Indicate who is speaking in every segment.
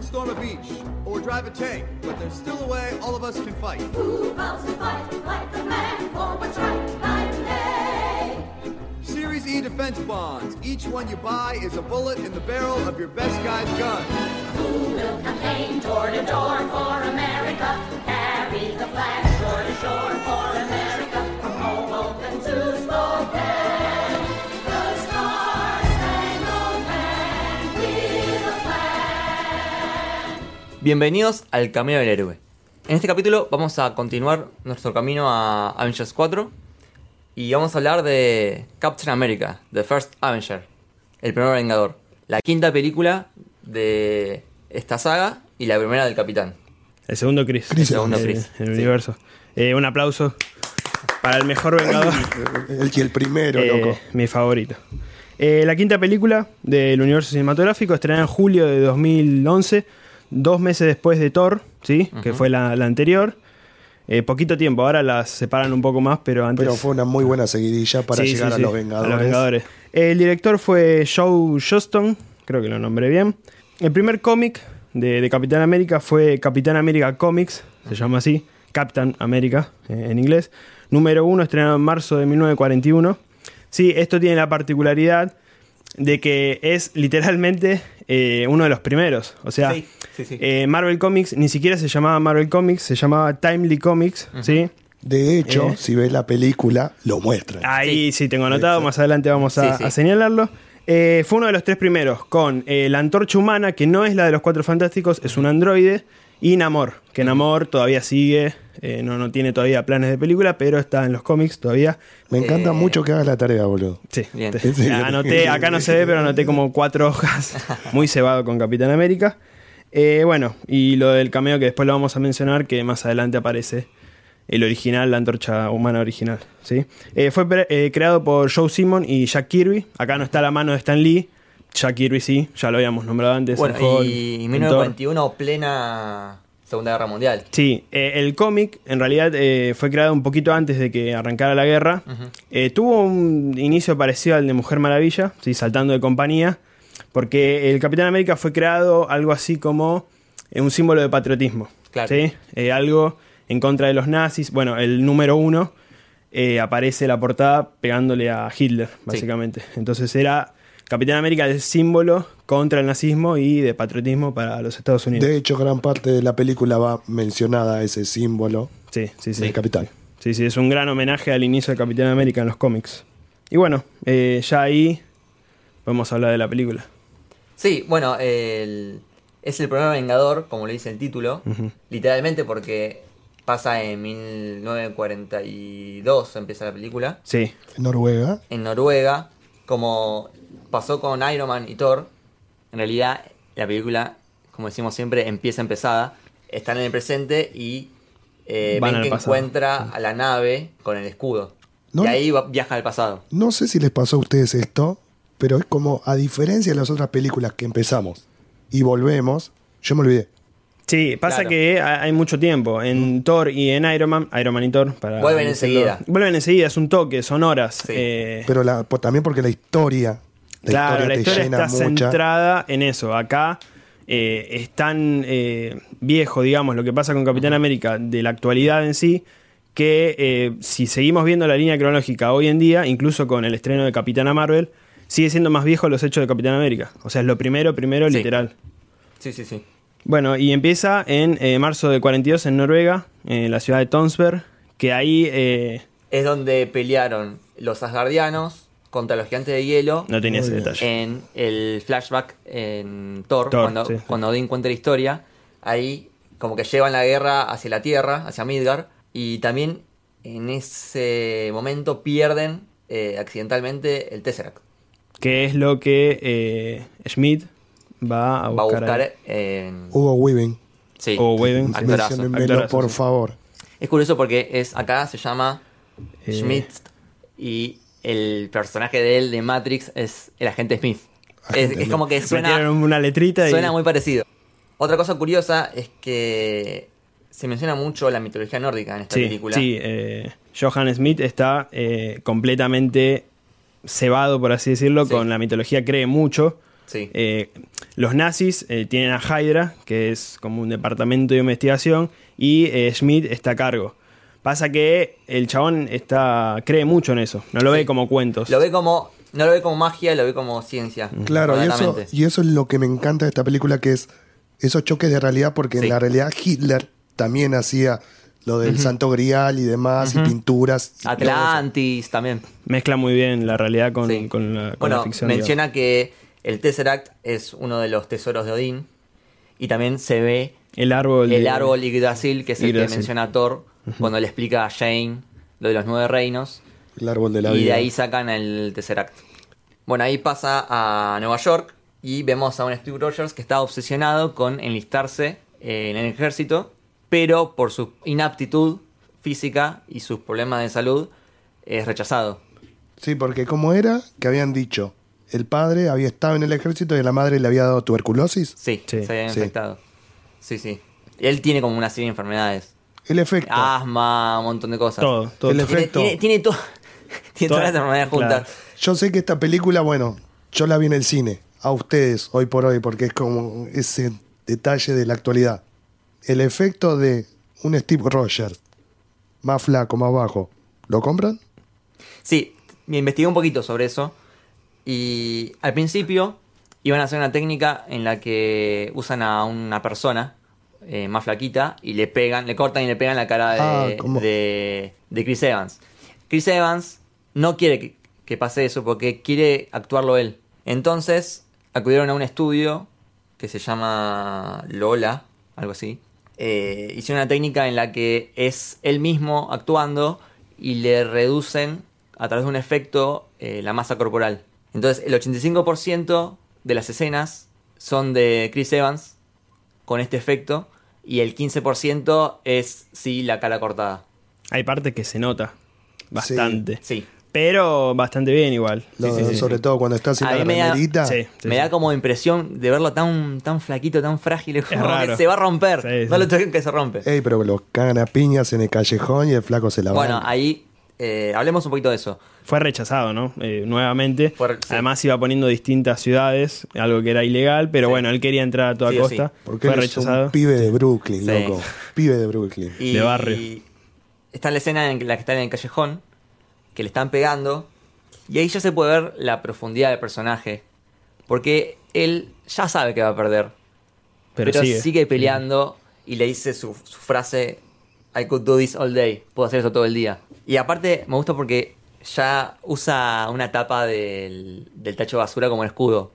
Speaker 1: storm a beach or drive a tank, but there's still a way all of us can fight.
Speaker 2: Who vows to fight like the man for what's right by today?
Speaker 1: Series E defense bonds. Each one you buy is a bullet in the barrel of your best guy's gun.
Speaker 2: Who will campaign door to door for America? Carry the flag shore to shore for America. From Hoboken to Spokane. The Star Spangled Man, we the flag.
Speaker 3: Bienvenidos al Camino del Héroe. En este capítulo vamos a continuar nuestro camino a Avengers 4 y vamos a hablar de Captain America, The First Avenger, el primer Vengador, la quinta película de esta saga y la primera del Capitán.
Speaker 4: El segundo Chris.
Speaker 3: El segundo
Speaker 4: Eh,
Speaker 3: Chris,
Speaker 4: En el
Speaker 3: sí.
Speaker 4: universo. Eh, un aplauso para el mejor vengador.
Speaker 5: El que el primero,
Speaker 4: Eh,
Speaker 5: loco.
Speaker 4: Mi favorito. Eh, la quinta película del universo cinematográfico estrenada en julio de 2011, dos meses después de Thor, ¿sí? que fue la, la anterior. Eh, poquito tiempo, ahora las separan un poco más, pero antes.
Speaker 5: Pero fue una muy buena seguidilla para
Speaker 4: Sí,
Speaker 5: llegar
Speaker 4: sí,
Speaker 5: a,
Speaker 4: sí,
Speaker 5: los Vengadores.
Speaker 4: Vengadores. El director fue Joe Johnston, creo que lo nombré bien. El primer cómic de, de Capitán América fue Capitán América Comics, se llama así, Captain America eh, en inglés. Número uno, estrenado en marzo de 1941. Sí, esto tiene la particularidad de que es literalmente eh, uno de los primeros. O sea,
Speaker 3: Sí, sí, sí.
Speaker 4: eh, Marvel Comics ni siquiera se llamaba Marvel Comics, se llamaba Timely Comics, ¿sí?
Speaker 5: De hecho,
Speaker 4: Eh. Ah,
Speaker 5: si ves la película, lo muestran.
Speaker 4: Ahí
Speaker 3: Sí.
Speaker 4: sí, tengo anotado, más adelante vamos a,
Speaker 3: Sí, sí.
Speaker 4: a señalarlo. Eh, fue uno de los tres primeros, con eh, la antorcha humana, que no es la de los cuatro fantásticos, es un androide, y Namor, que Namor todavía sigue, eh, no, no tiene todavía planes de película, pero está en los cómics todavía.
Speaker 5: Me encanta
Speaker 3: Eh.
Speaker 5: mucho que hagas la tarea, boludo.
Speaker 4: Sí,
Speaker 3: Bien.
Speaker 4: te- la anoté, acá no se ve, pero anoté como cuatro hojas, muy cebado con Capitán América. Eh, bueno, y lo del cameo que después lo vamos a mencionar, que más adelante aparece el original, la antorcha humana original. ¿sí? Eh, fue pre- eh, creado por Joe Simon y Jack Kirby. Acá no está la mano de Stan Lee. Jack Kirby sí, ya lo habíamos nombrado antes.
Speaker 3: Bueno,
Speaker 4: en Hulk,
Speaker 3: y
Speaker 4: en
Speaker 3: 1941, plena Segunda Guerra Mundial.
Speaker 4: Sí, eh, el cómic en realidad eh, fue creado un poquito antes de que arrancara la guerra. Eh, tuvo un inicio parecido al de Mujer Maravilla, ¿sí? saltando de compañía, porque el Capitán América fue creado algo así como eh, un símbolo de patriotismo.
Speaker 3: Claro.
Speaker 4: ¿sí? Eh, algo en contra de los nazis. Bueno, el número uno eh, aparece la portada pegándole a Hitler, básicamente. Entonces era Capitán América el símbolo contra el nazismo y de patriotismo para los Estados Unidos.
Speaker 5: De hecho, gran parte de la película va mencionada ese símbolo
Speaker 4: Sí, sí, sí.
Speaker 5: del capitán.
Speaker 4: Sí, sí, es un gran homenaje al inicio de Capitán América en los cómics. Y bueno, eh, ya ahí podemos hablar de la película.
Speaker 3: Sí, bueno, el- es el primer Vengador, como le dice el título, literalmente porque pasa en 1942, empieza la película,
Speaker 4: Sí,
Speaker 5: Noruega.
Speaker 3: en Noruega, como pasó con Iron Man y Thor, en realidad la película, como decimos siempre, empieza empezada, están en el presente y eh,
Speaker 4: Van
Speaker 3: ven
Speaker 4: al
Speaker 3: que
Speaker 4: pasado.
Speaker 3: encuentra a la nave con el escudo.
Speaker 5: No,
Speaker 3: y
Speaker 5: no.
Speaker 3: ahí va- viaja al pasado.
Speaker 5: No sé si les pasó a ustedes esto, pero es como, a diferencia de las otras películas que empezamos y volvemos, yo me olvidé.
Speaker 4: sí pasa
Speaker 3: Claro. Mm.
Speaker 4: que ha- hay mucho tiempo. En Thor y en Iron Man, Iron Man y Thor. Para
Speaker 3: Vuelven
Speaker 4: decirlo-
Speaker 3: enseguida.
Speaker 4: Vuelven enseguida, es un toque, son horas.
Speaker 3: Sí.
Speaker 4: eh,
Speaker 5: Pero la, po- también porque la historia, la
Speaker 4: claro,
Speaker 5: historia
Speaker 4: la
Speaker 5: te
Speaker 4: historia
Speaker 5: llena
Speaker 4: está
Speaker 5: mucha.
Speaker 4: centrada en eso. Acá eh, es tan eh, viejo, digamos, lo que pasa con Capitán América de la actualidad en sí, que eh, si seguimos viendo la línea cronológica hoy en día, incluso con el estreno de Capitana Marvel, sigue siendo más viejo los hechos de Capitán América. O sea, es lo primero, primero,
Speaker 3: Sí.
Speaker 4: literal.
Speaker 3: Sí, sí, sí.
Speaker 4: Bueno, y empieza en eh, marzo de 42 en Noruega, en la ciudad de Tonsberg, que ahí eh,
Speaker 3: Es donde pelearon los Asgardianos contra los gigantes de hielo.
Speaker 4: no tenía ese
Speaker 5: Muy bien.
Speaker 4: detalle.
Speaker 3: en el flashback en Thor,
Speaker 4: Thor,
Speaker 3: cuando,
Speaker 4: sí, sí.
Speaker 3: cuando Odín cuenta la historia, ahí como que llevan la guerra hacia la Tierra, hacia Midgar, y también en ese momento pierden eh, accidentalmente el Tesseract.
Speaker 4: que es lo que eh, Schmidt va a
Speaker 3: Va a
Speaker 4: buscar.
Speaker 3: buscar
Speaker 4: ahí.
Speaker 3: en-
Speaker 5: Hugo Weaving,
Speaker 3: sí.
Speaker 4: O Waven.
Speaker 3: Actorazo,
Speaker 5: menciónenmelo,
Speaker 4: actorazo,
Speaker 5: por
Speaker 4: sí.
Speaker 5: favor.
Speaker 3: Es curioso porque es acá se llama
Speaker 4: Eh.
Speaker 3: Schmidt y el personaje de él de Matrix es el agente Smith. Es, es como que suena
Speaker 4: Metieron una letrita y.
Speaker 3: Suena muy parecido. Otra cosa curiosa es que se menciona mucho la mitología nórdica en esta
Speaker 4: sí,
Speaker 3: película.
Speaker 4: sí, eh, Johan Smith está eh, completamente cebado, por así decirlo,
Speaker 3: Sí.
Speaker 4: con la mitología, cree mucho.
Speaker 3: Sí.
Speaker 4: Eh, los nazis eh, tienen a Hydra, que es como un departamento de investigación, y eh, Schmidt está a cargo. Pasa que el chabón está cree mucho en eso, no lo ve como cuentos.
Speaker 3: Lo ve como. No lo ve como magia, lo ve como ciencia.
Speaker 5: Claro, y eso,
Speaker 3: verdaderamente.
Speaker 5: y eso es lo que me encanta de esta película, que es esos choques de realidad, porque
Speaker 3: Sí.
Speaker 5: en la realidad Hitler también hacía lo del Santo Grial y demás, y pinturas.
Speaker 3: Ah,
Speaker 5: y
Speaker 3: Atlantis también.
Speaker 4: Mezcla muy bien la realidad con,
Speaker 3: Sí.
Speaker 4: con la, con
Speaker 3: bueno,
Speaker 4: la ficción.
Speaker 3: menciona que el Tesseract es uno de los tesoros de Odín. Y también se ve
Speaker 4: digamos. el árbol.
Speaker 3: el
Speaker 4: de-
Speaker 3: árbol Yggdrasil, que es el que
Speaker 4: Yggdrasil.
Speaker 3: menciona Thor cuando le explica a Jane lo de los nueve reinos.
Speaker 5: todo eso. El árbol de la
Speaker 3: y de
Speaker 5: vida.
Speaker 3: ahí sacan el Tesseract. Bueno, ahí pasa a Nueva York y vemos a un Steve Rogers que está obsesionado con enlistarse eh, en el ejército, pero por su inaptitud física y sus problemas de salud es rechazado.
Speaker 5: Sí, porque como era que habían dicho, el padre había estado en el ejército y la madre le había dado tuberculosis.
Speaker 3: Sí,
Speaker 4: Sí,
Speaker 3: se había
Speaker 5: sí.
Speaker 3: infectado. Sí, sí. Él tiene como una serie de enfermedades.
Speaker 5: El efecto.
Speaker 3: Ah, Asma, un montón de cosas.
Speaker 4: Todo, todo.
Speaker 5: El
Speaker 3: Tiene,
Speaker 5: efecto.
Speaker 3: tiene, tiene todo- tiene
Speaker 4: Todo,
Speaker 3: todas las enfermedades juntas.
Speaker 4: claro.
Speaker 5: Yo sé que esta película, bueno, yo la vi en el cine, a ustedes, hoy por hoy, porque es como ese detalle de la actualidad. El efecto de un Steve Rogers, más flaco, más bajo, ¿lo compran?
Speaker 3: Sí, me investigué un poquito sobre eso. Y al principio iban a hacer una técnica en la que usan a una persona eh, más flaquita y le pegan, le cortan y le pegan la cara de,
Speaker 5: Ah, como-
Speaker 3: de- de Chris Evans. Chris Evans no quiere que, que pase eso porque quiere actuarlo él. Entonces acudieron a un estudio que se llama Lola, algo así. Eh, hicieron una técnica en la que es él mismo actuando y le reducen a través de un efecto eh, la masa corporal. Entonces el 85% de las escenas son de Chris Evans con este efecto y el 15% es sí la cara cortada.
Speaker 4: Hay parte que se nota bastante.
Speaker 3: Sí.
Speaker 4: Pero bastante bien igual.
Speaker 5: Lo- sobre todo cuando está
Speaker 3: A
Speaker 5: haciendo la
Speaker 3: mí me da-
Speaker 5: remerita.
Speaker 4: Sí, sí,
Speaker 3: Me
Speaker 4: sí.
Speaker 3: da como impresión de verlo tan, tan flaquito, tan frágil. Es como que
Speaker 4: raro.
Speaker 3: se va a romper.
Speaker 4: Sí,
Speaker 3: no
Speaker 4: sí.
Speaker 3: lo toquen que se rompe.
Speaker 5: Ey, pero los cagan a piñas en el callejón y el flaco se la
Speaker 3: bueno,
Speaker 5: banca.
Speaker 3: ahí eh, hablemos un poquito de eso.
Speaker 4: Fue rechazado, ¿no? Eh, nuevamente.
Speaker 3: Fue re- sí.
Speaker 4: Además iba poniendo distintas ciudades, algo que era ilegal, pero
Speaker 3: Sí.
Speaker 4: bueno, él quería entrar a toda
Speaker 3: Sí o
Speaker 4: costa.
Speaker 3: sí.
Speaker 5: Porque
Speaker 4: Fue
Speaker 5: él es un
Speaker 4: rechazado.
Speaker 5: pibe de Brooklyn,
Speaker 3: Sí.
Speaker 5: loco. Pibe de Brooklyn.
Speaker 3: Y
Speaker 4: De barrio.
Speaker 3: Está la escena en la que está en el callejón, que le están pegando, y ahí ya se puede ver la profundidad del personaje, porque él ya sabe que va a perder, pero,
Speaker 4: Pero, sigue.
Speaker 3: peleando y le dice su, su frase, I could do this all day, puedo hacer eso todo el día. Y aparte me gusta porque ya usa una tapa del, del tacho de basura como un escudo.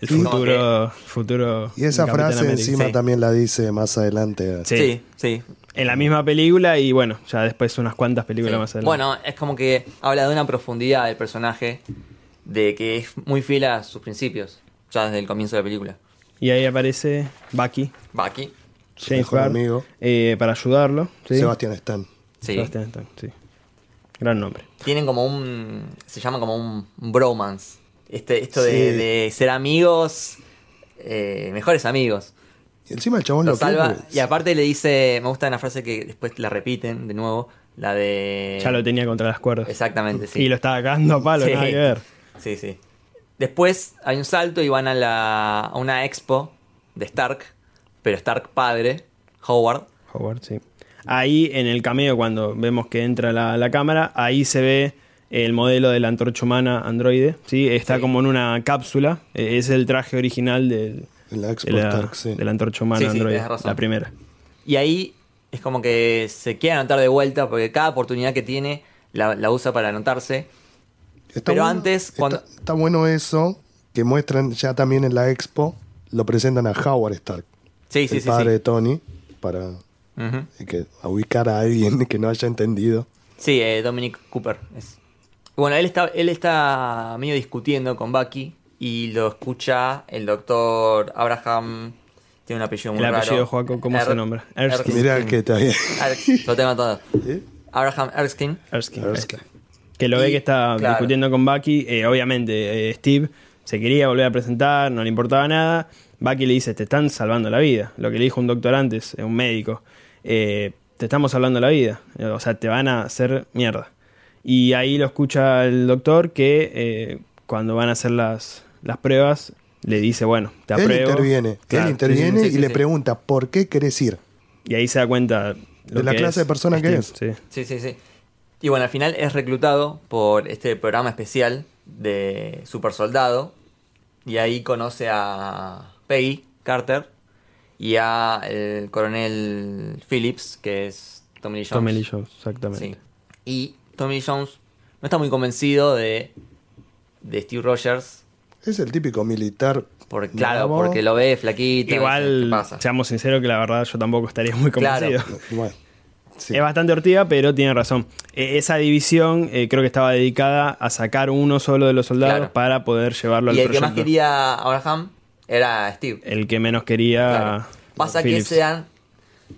Speaker 4: El
Speaker 5: Sí.
Speaker 4: futuro. futuro
Speaker 5: Y esa
Speaker 4: Capitán
Speaker 5: frase
Speaker 4: América.
Speaker 5: encima
Speaker 3: eh. Sí.
Speaker 5: también la dice más adelante.
Speaker 4: Sí.
Speaker 3: sí. sí.
Speaker 4: En la misma película y bueno, ya después unas cuantas películas
Speaker 3: Sí.
Speaker 4: más adelante.
Speaker 3: Bueno, es como que habla de una profundidad del personaje, de que es muy fiel a sus principios, ya desde el comienzo de la película.
Speaker 4: Y ahí aparece Bucky,
Speaker 3: Va aquí.
Speaker 5: Su
Speaker 4: James
Speaker 5: mejor
Speaker 4: Bond,
Speaker 5: amigo.
Speaker 4: eh, para ayudarlo. ¿sí?
Speaker 5: Sebastián Stan.
Speaker 3: Sí.
Speaker 4: Sebastian Stan, sí. Gran nombre.
Speaker 3: Tienen como un. Se llama como un bromance. Este, esto de,
Speaker 5: Sí.
Speaker 3: de ser amigos, eh, mejores amigos.
Speaker 5: Y encima el chabón lo,
Speaker 3: Lo salva.
Speaker 5: quiere.
Speaker 3: Y aparte le dice. Me gusta una frase que después la repiten de nuevo. La de.
Speaker 4: ya lo tenía contra las cuerdas.
Speaker 3: Exactamente, Eh. sí.
Speaker 4: Y lo estaba cagando a palo,
Speaker 3: Sí.
Speaker 4: nada que ver.
Speaker 3: Sí, sí. Después hay un salto y van a, la, a una expo de Stark, pero Stark padre, Howard.
Speaker 4: Howard, sí. Ahí en el cameo, cuando vemos que entra la, la cámara, ahí se ve el modelo de la antorcha humana androide. ¿sí? Está
Speaker 3: Sí.
Speaker 4: como en una cápsula. Eh, Es el traje original del,
Speaker 5: En la Expo
Speaker 4: de, la,
Speaker 5: Stark, sí.
Speaker 4: de la antorcha humana
Speaker 3: Sí, sí,
Speaker 4: androide.
Speaker 3: tenés razón.
Speaker 4: La primera.
Speaker 3: Y ahí es como que se quiere anotar de vuelta porque cada oportunidad que tiene la, la usa para anotarse.
Speaker 5: Está
Speaker 3: Pero
Speaker 5: bueno-
Speaker 3: antes,
Speaker 5: está-
Speaker 3: cuando-
Speaker 5: Está, bueno eso, que muestran ya también en la expo, lo presentan a Howard Stark,
Speaker 3: Sí, sí,
Speaker 5: el
Speaker 3: sí.
Speaker 5: padre de
Speaker 3: Sí,
Speaker 5: Tony, para
Speaker 3: Ujú.
Speaker 5: que, a ubicar a alguien que no haya entendido.
Speaker 3: Sí, eh, Dominic Cooper. es. Bueno, él está, él está medio discutiendo con Bucky y lo escucha el doctor Abraham. Tiene un apellido muy
Speaker 4: El
Speaker 3: raro.
Speaker 4: apellido, Joaco, ¿cómo se nombra? Erskine.
Speaker 5: Mirá que está bien.
Speaker 3: Erskine. Lo tengo todo.
Speaker 5: ¿Sí?
Speaker 3: Abraham Erskine.
Speaker 4: Erskine,
Speaker 5: Erskine.
Speaker 4: ahí está. Que lo ve
Speaker 3: Y,
Speaker 4: que está
Speaker 3: claro.
Speaker 4: discutiendo con Bucky. Eh, obviamente, eh, Steve se quería volver a presentar, no le importaba nada. Bucky le dice, te están salvando la vida. Lo que le dijo un doctor antes, eh, un médico. Eh, te estamos salvando la vida. Eh, O sea, te van a hacer mierda. Y ahí lo escucha el doctor que eh, cuando van a hacer las, las pruebas, le dice, bueno, te
Speaker 5: Él
Speaker 4: apruebo.
Speaker 5: interviene,
Speaker 4: Claro,
Speaker 5: él
Speaker 4: sí,
Speaker 5: interviene
Speaker 3: sí, sí,
Speaker 5: y le
Speaker 3: sí.
Speaker 5: pregunta, ¿por qué querés ir?
Speaker 4: Y ahí se da cuenta lo
Speaker 5: De la
Speaker 4: que
Speaker 5: clase
Speaker 4: es
Speaker 5: de persona que
Speaker 4: Steve, sí.
Speaker 3: Sí, sí, sí. Y bueno, al final es reclutado por este programa especial de Super Soldado. Y ahí conoce a Peggy Carter y a el coronel Phillips, que es Tommy Lee Jones.
Speaker 4: Tommy Lee Jones, exactamente.
Speaker 3: Sí. Y Tommy Lee Jones no está muy convencido de, de Steve Rogers.
Speaker 5: Es el típico militar.
Speaker 3: Porque, claro,
Speaker 5: bravo.
Speaker 3: porque lo ve flaquito. dice,
Speaker 4: Igual,
Speaker 3: ¿qué pasa?
Speaker 4: seamos sinceros que la verdad yo tampoco estaría muy
Speaker 3: Claro.
Speaker 4: convencido.
Speaker 5: Bueno, sí.
Speaker 4: Es bastante ortiga, pero tiene razón. E- Esa división eh, creo que estaba dedicada a sacar uno solo de los soldados
Speaker 3: Claro.
Speaker 4: para poder llevarlo al
Speaker 3: Y el que
Speaker 4: proyecto.
Speaker 3: más quería Abraham era Steve.
Speaker 4: El que menos quería.
Speaker 3: Claro. Pasa
Speaker 4: Phillips.
Speaker 3: que se dan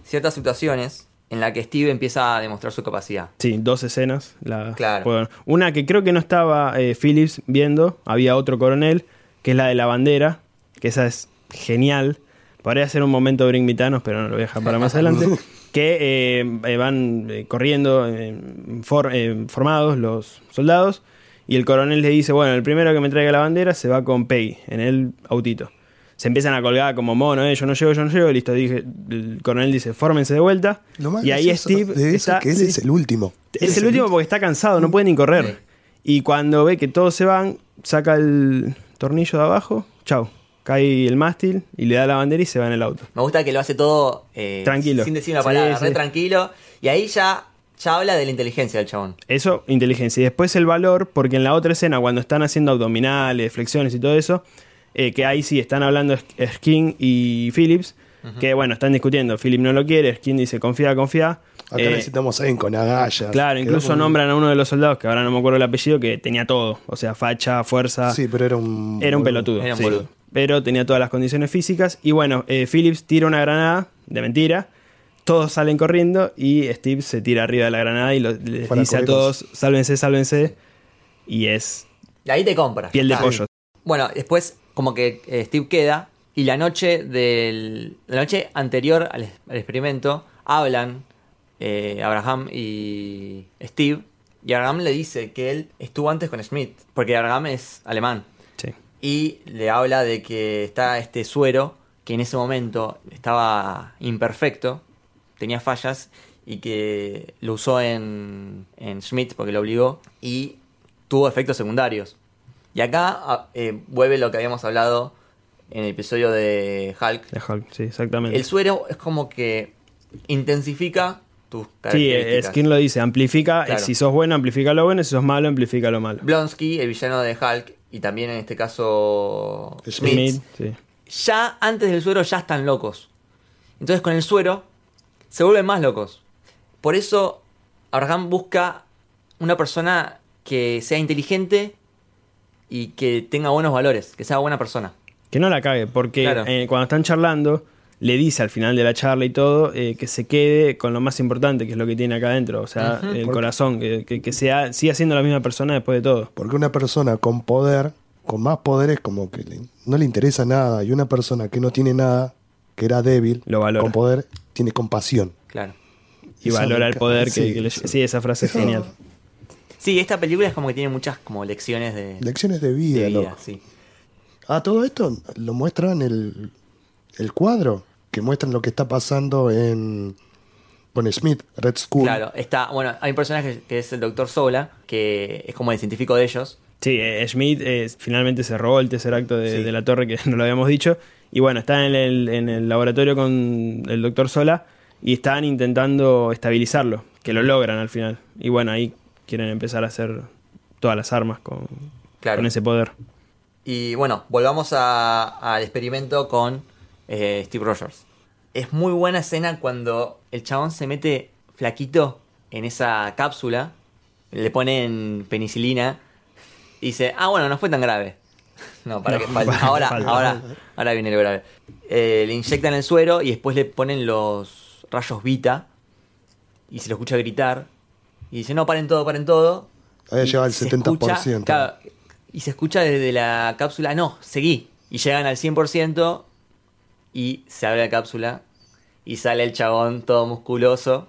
Speaker 3: ciertas situaciones en las que Steve empieza a demostrar su capacidad.
Speaker 4: Sí, dos escenas. la-
Speaker 3: Claro.
Speaker 4: puedo- Una que creo que no estaba eh, Phillips viendo, había otro coronel, que es la de la bandera, que esa es genial. Podría ser un momento Bring Me Thanos, pero no lo voy a dejar para más adelante. Que eh, eh, van eh, corriendo eh, for- eh, formados los soldados y el coronel le dice, bueno, el primero que me traiga la bandera se va con Peggy en el autito. Se empiezan a colgar como mono, eh, yo no llego, yo no llego, y listo. Dije, el coronel dice, fórmense de vuelta.
Speaker 5: Lo más
Speaker 4: Y ahí
Speaker 5: gracioso
Speaker 4: Steve
Speaker 5: de eso
Speaker 4: está...
Speaker 5: es que él
Speaker 4: sí.
Speaker 5: es el último. Él
Speaker 4: Es el último porque está cansado, no puede ni correr. Y cuando ve que todos se van, saca el tornillo de abajo, chau. Cae el mástil y le da la bandera y se va en el auto.
Speaker 3: Me gusta que lo hace todo eh,
Speaker 4: Tranquilo.
Speaker 3: sin decir una
Speaker 4: Sí,
Speaker 3: palabra,
Speaker 4: sí.
Speaker 3: re tranquilo. Y ahí ya, ya habla de la inteligencia del chabón.
Speaker 4: Eso, inteligencia. Y después el valor, porque en la otra escena, cuando están haciendo abdominales, flexiones y todo eso, eh, que ahí sí están hablando Es- Skin y Phillips, que bueno, están discutiendo. Phillips no lo quiere, Skin dice confía, confía.
Speaker 5: Acá
Speaker 4: Eh,
Speaker 5: necesitamos alguien con agallas.
Speaker 4: Claro, incluso
Speaker 5: Quedamos-
Speaker 4: nombran a uno de los soldados, que ahora no me acuerdo el apellido, que tenía todo. O sea, facha, fuerza.
Speaker 5: Sí, pero era un.
Speaker 4: Era un
Speaker 5: boludo.
Speaker 4: pelotudo.
Speaker 3: Era un
Speaker 4: sí.
Speaker 3: boludo.
Speaker 4: Pero tenía todas las condiciones físicas. Y bueno, eh, Phillips tira una granada de mentira. Todos salen corriendo y Steve se tira arriba de la granada y lo- les
Speaker 5: Para
Speaker 4: dice a
Speaker 5: correros.
Speaker 4: todos, sálvense, sálvense. Y es
Speaker 3: Y ahí te compras.
Speaker 4: piel de
Speaker 3: Ah.
Speaker 4: pollo.
Speaker 3: Bueno, después como que eh, Steve queda y la noche del la noche anterior al, ex- al experimento hablan eh, Abraham y Steve y Abraham le dice que él estuvo antes con Schmidt porque Abraham es alemán
Speaker 4: Sí.
Speaker 3: y le habla de que está este suero que en ese momento estaba imperfecto, tenía fallas y que lo usó en, en Schmidt porque lo obligó y tuvo efectos secundarios. Y acá a- eh, vuelve lo que habíamos hablado en el episodio de Hulk.
Speaker 4: de Hulk, sí, exactamente.
Speaker 3: El suero es como que intensifica tus
Speaker 4: sí,
Speaker 3: características.
Speaker 4: eh, Skin lo dice, amplifica, eh,
Speaker 3: Claro.
Speaker 4: si sos bueno, amplifica lo bueno, si sos malo, amplifica lo malo.
Speaker 3: Blonsky, el villano de Hulk, y también en este caso
Speaker 5: Schmidt.
Speaker 3: Schmidt,
Speaker 4: sí.
Speaker 3: ya antes del suero ya están locos. Entonces con el suero se vuelven más locos. Por eso Abraham busca una persona que sea inteligente y que tenga buenos valores, que sea buena persona.
Speaker 4: Que no la cague, porque
Speaker 3: Claro.
Speaker 4: eh, cuando están charlando, le dice al final de la charla y todo eh, que se quede con lo más importante, que es lo que tiene acá adentro, o sea, el corazón, que, que- que sea, siga siendo la misma persona después de todo.
Speaker 5: Porque una persona con poder, con más poderes, como que le- no le interesa nada. Y una persona que no tiene nada, que era débil,
Speaker 4: Lo valora.
Speaker 5: con poder, tiene compasión.
Speaker 3: Claro.
Speaker 4: Y
Speaker 5: Eso
Speaker 4: valora
Speaker 5: me
Speaker 4: el
Speaker 5: ca-
Speaker 4: poder que,
Speaker 5: sí,
Speaker 4: que le-
Speaker 5: eso.
Speaker 4: Sí, esa frase es genial.
Speaker 3: Sí, esta película es como que tiene muchas como lecciones de,
Speaker 5: Lecciones de
Speaker 3: de
Speaker 5: vida,
Speaker 3: vida.
Speaker 5: loco.
Speaker 3: sí.
Speaker 5: Ah, todo esto lo muestran el, el cuadro, que muestran lo que está pasando en. Bueno, Smith, Red School.
Speaker 3: Claro, está, bueno, hay un personaje que es el doctor Sola, que es como el científico de ellos.
Speaker 4: Sí, eh, Schmidt eh, finalmente se robó el tercer acto de,
Speaker 3: Sí.
Speaker 4: de la torre, que no lo habíamos dicho. Y bueno, está en el, en el laboratorio con el doctor Sola y están intentando estabilizarlo, que lo logran al final. Y bueno, ahí quieren empezar a hacer todas las armas con,
Speaker 3: Claro.
Speaker 4: con ese poder.
Speaker 3: Y bueno, volvamos a- al experimento con eh, Steve Rogers. Es muy buena escena cuando el chabón se mete flaquito en esa cápsula, le ponen penicilina y dice, ah, bueno, no fue tan grave. No, para
Speaker 4: No,
Speaker 3: que falte.
Speaker 4: para
Speaker 3: Ahora,
Speaker 4: que falte.
Speaker 3: ahora, ahora viene lo grave. Eh, le inyectan el suero y después le ponen los rayos Vita y se lo escucha gritar. Y dice, no, paren todo, paren todo.
Speaker 5: Había
Speaker 3: Y
Speaker 5: llegado al
Speaker 3: se
Speaker 5: 70%.
Speaker 3: escucha, claro, y se escucha desde la cápsula, no, seguí. Y llegan al 100% y se abre la cápsula y sale el chabón todo musculoso.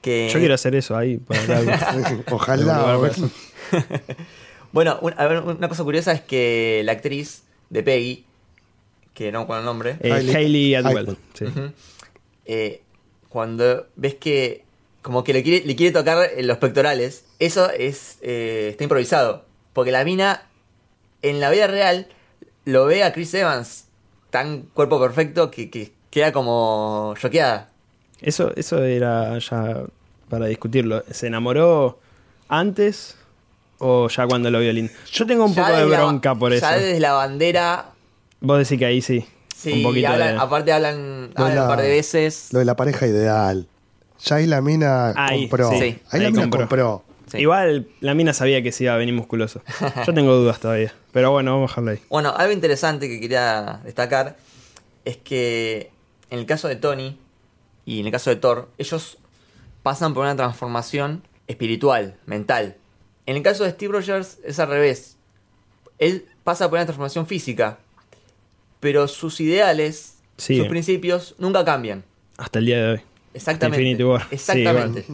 Speaker 3: Que,
Speaker 4: Yo quiero hacer eso ahí. Para hablar.
Speaker 5: Ojalá.
Speaker 4: Algún lugar
Speaker 5: a ver.
Speaker 4: para eso.
Speaker 3: Bueno, un- a ver, una cosa curiosa es que la actriz de Peggy, que no con el nombre,
Speaker 4: Eh,
Speaker 5: Hailey-
Speaker 4: Hailey Atwell.
Speaker 5: Atwell.
Speaker 4: sí.
Speaker 3: eh, cuando ves que como que le quiere, le quiere tocar eh, los pectorales, eso es eh, está improvisado. Porque la mina en la vida real lo ve a Chris Evans tan cuerpo perfecto que, que queda como choqueada.
Speaker 4: Eso, eso era ya para discutirlo. ¿Se enamoró antes o ya cuando lo vio lindo? Yo tengo un
Speaker 3: Ya
Speaker 4: poco de
Speaker 3: desde la ba-
Speaker 4: bronca por eso.
Speaker 3: Ya desde la bandera,
Speaker 4: Vos decís que ahí sí.
Speaker 3: sí,
Speaker 4: un poquito
Speaker 3: hablan-
Speaker 4: de-
Speaker 3: aparte hablan,
Speaker 5: Lo de
Speaker 3: hablan
Speaker 5: la-
Speaker 3: un par de veces.
Speaker 5: Lo de la pareja ideal. Ya ahí la mina
Speaker 4: Ahí,
Speaker 5: compró.
Speaker 4: sí.
Speaker 5: Ahí,
Speaker 4: Ahí
Speaker 5: la mina
Speaker 4: compró.
Speaker 5: compró.
Speaker 3: Sí.
Speaker 4: Igual la mina sabía que se iba a venir musculoso. Yo tengo dudas todavía. Pero bueno, vamos a dejarla ahí.
Speaker 3: Bueno, algo interesante que quería destacar es que en el caso de Tony y en el caso de Thor, ellos pasan por una transformación espiritual, mental. En el caso de Steve Rogers es al revés. Él pasa por una transformación física, pero sus ideales,
Speaker 4: Sí.
Speaker 3: sus principios nunca cambian.
Speaker 4: Hasta el día de hoy.
Speaker 3: Exactamente.
Speaker 4: Infinity War. Sí,
Speaker 3: Exactamente.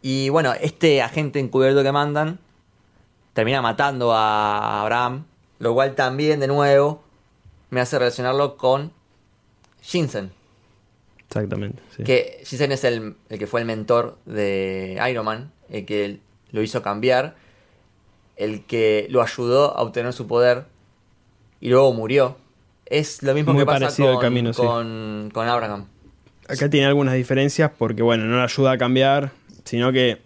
Speaker 3: y bueno, este agente encubierto que mandan termina matando a Abraham, lo cual también de nuevo me hace relacionarlo con Shinsen,
Speaker 4: Exactamente. sí.
Speaker 3: que Shinsen es el, el que fue el mentor de Iron Man, el que lo hizo cambiar, el que lo ayudó a obtener su poder y luego murió. Es lo mismo
Speaker 4: Muy
Speaker 3: que pasa
Speaker 4: parecido el
Speaker 3: con,
Speaker 4: camino, sí.
Speaker 3: con- con Abraham.
Speaker 4: Acá tiene algunas diferencias porque, bueno, no la ayuda a cambiar, sino que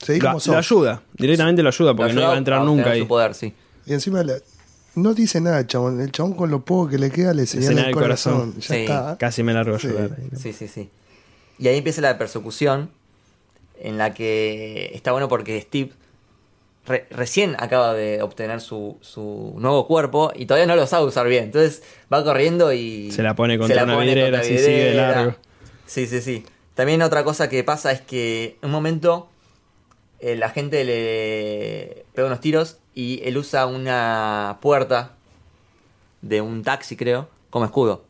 Speaker 5: Seguí
Speaker 4: la-
Speaker 5: como
Speaker 4: lo
Speaker 5: sos.
Speaker 4: ayuda. Directamente lo ayuda porque
Speaker 3: Lo
Speaker 4: no
Speaker 3: ayudó
Speaker 4: iba a entrar
Speaker 3: obtener
Speaker 4: nunca ahí.
Speaker 3: Su poder, sí.
Speaker 5: Y encima la- no dice nada, el chabón. El chabón con lo poco que le queda le señala
Speaker 4: señala el
Speaker 5: el
Speaker 4: corazón.
Speaker 5: corazón. Ya
Speaker 3: Sí.
Speaker 5: está.
Speaker 4: Casi me largo a
Speaker 5: Sí.
Speaker 4: ayudar. ahí.
Speaker 3: Ah. Sí, sí, sí. Y ahí empieza la persecución, en la que está bueno porque Steve re- recién acaba de obtener su, su nuevo cuerpo y todavía no lo sabe usar bien. Entonces va corriendo y...
Speaker 4: Se la pone contra una vidriera,
Speaker 3: contra
Speaker 4: sí, sigue de
Speaker 3: vidriera.
Speaker 4: largo.
Speaker 3: Sí, sí, sí. También otra cosa que pasa es que en un momento eh, la gente le pega unos tiros y él usa una puerta de un taxi, creo, como escudo.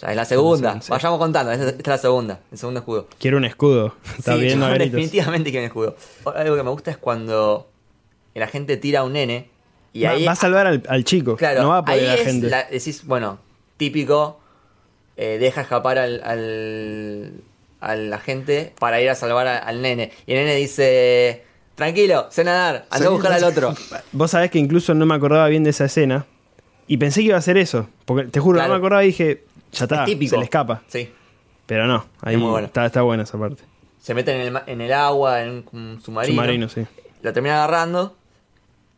Speaker 3: Ya es la segunda.
Speaker 4: sí.
Speaker 3: Vayamos contando, esta esta es la segunda, el segundo escudo.
Speaker 4: Quiero un escudo. Está
Speaker 3: Sí,
Speaker 4: bien,
Speaker 3: yo
Speaker 4: no gritos.
Speaker 3: definitivamente quiero un escudo. Algo que me gusta es cuando la gente tira a un nene y
Speaker 4: va,
Speaker 3: ahí
Speaker 4: va a salvar al, al chico.
Speaker 3: Claro,
Speaker 4: no va a poder
Speaker 3: ahí
Speaker 4: la
Speaker 3: es
Speaker 4: gente.
Speaker 3: la- decís, bueno, típico, eh, deja escapar al, al, a la gente para ir a salvar a- al nene. Y el nene dice, tranquilo, sé nadar, anda a
Speaker 5: Sí.
Speaker 3: buscar al otro.
Speaker 4: Vos sabés que incluso no me acordaba bien de esa escena. Y pensé que iba a ser eso. Porque te juro,
Speaker 3: Claro.
Speaker 4: no me acordaba y dije, ya está,
Speaker 3: es típico.
Speaker 4: se le escapa.
Speaker 3: Sí.
Speaker 4: Pero no, ahí
Speaker 3: Es muy bueno.
Speaker 4: está, está buena esa parte.
Speaker 3: Se meten en el, ma- en el agua, en un, un submarino.
Speaker 4: Submarino, sí.
Speaker 3: Lo termina agarrando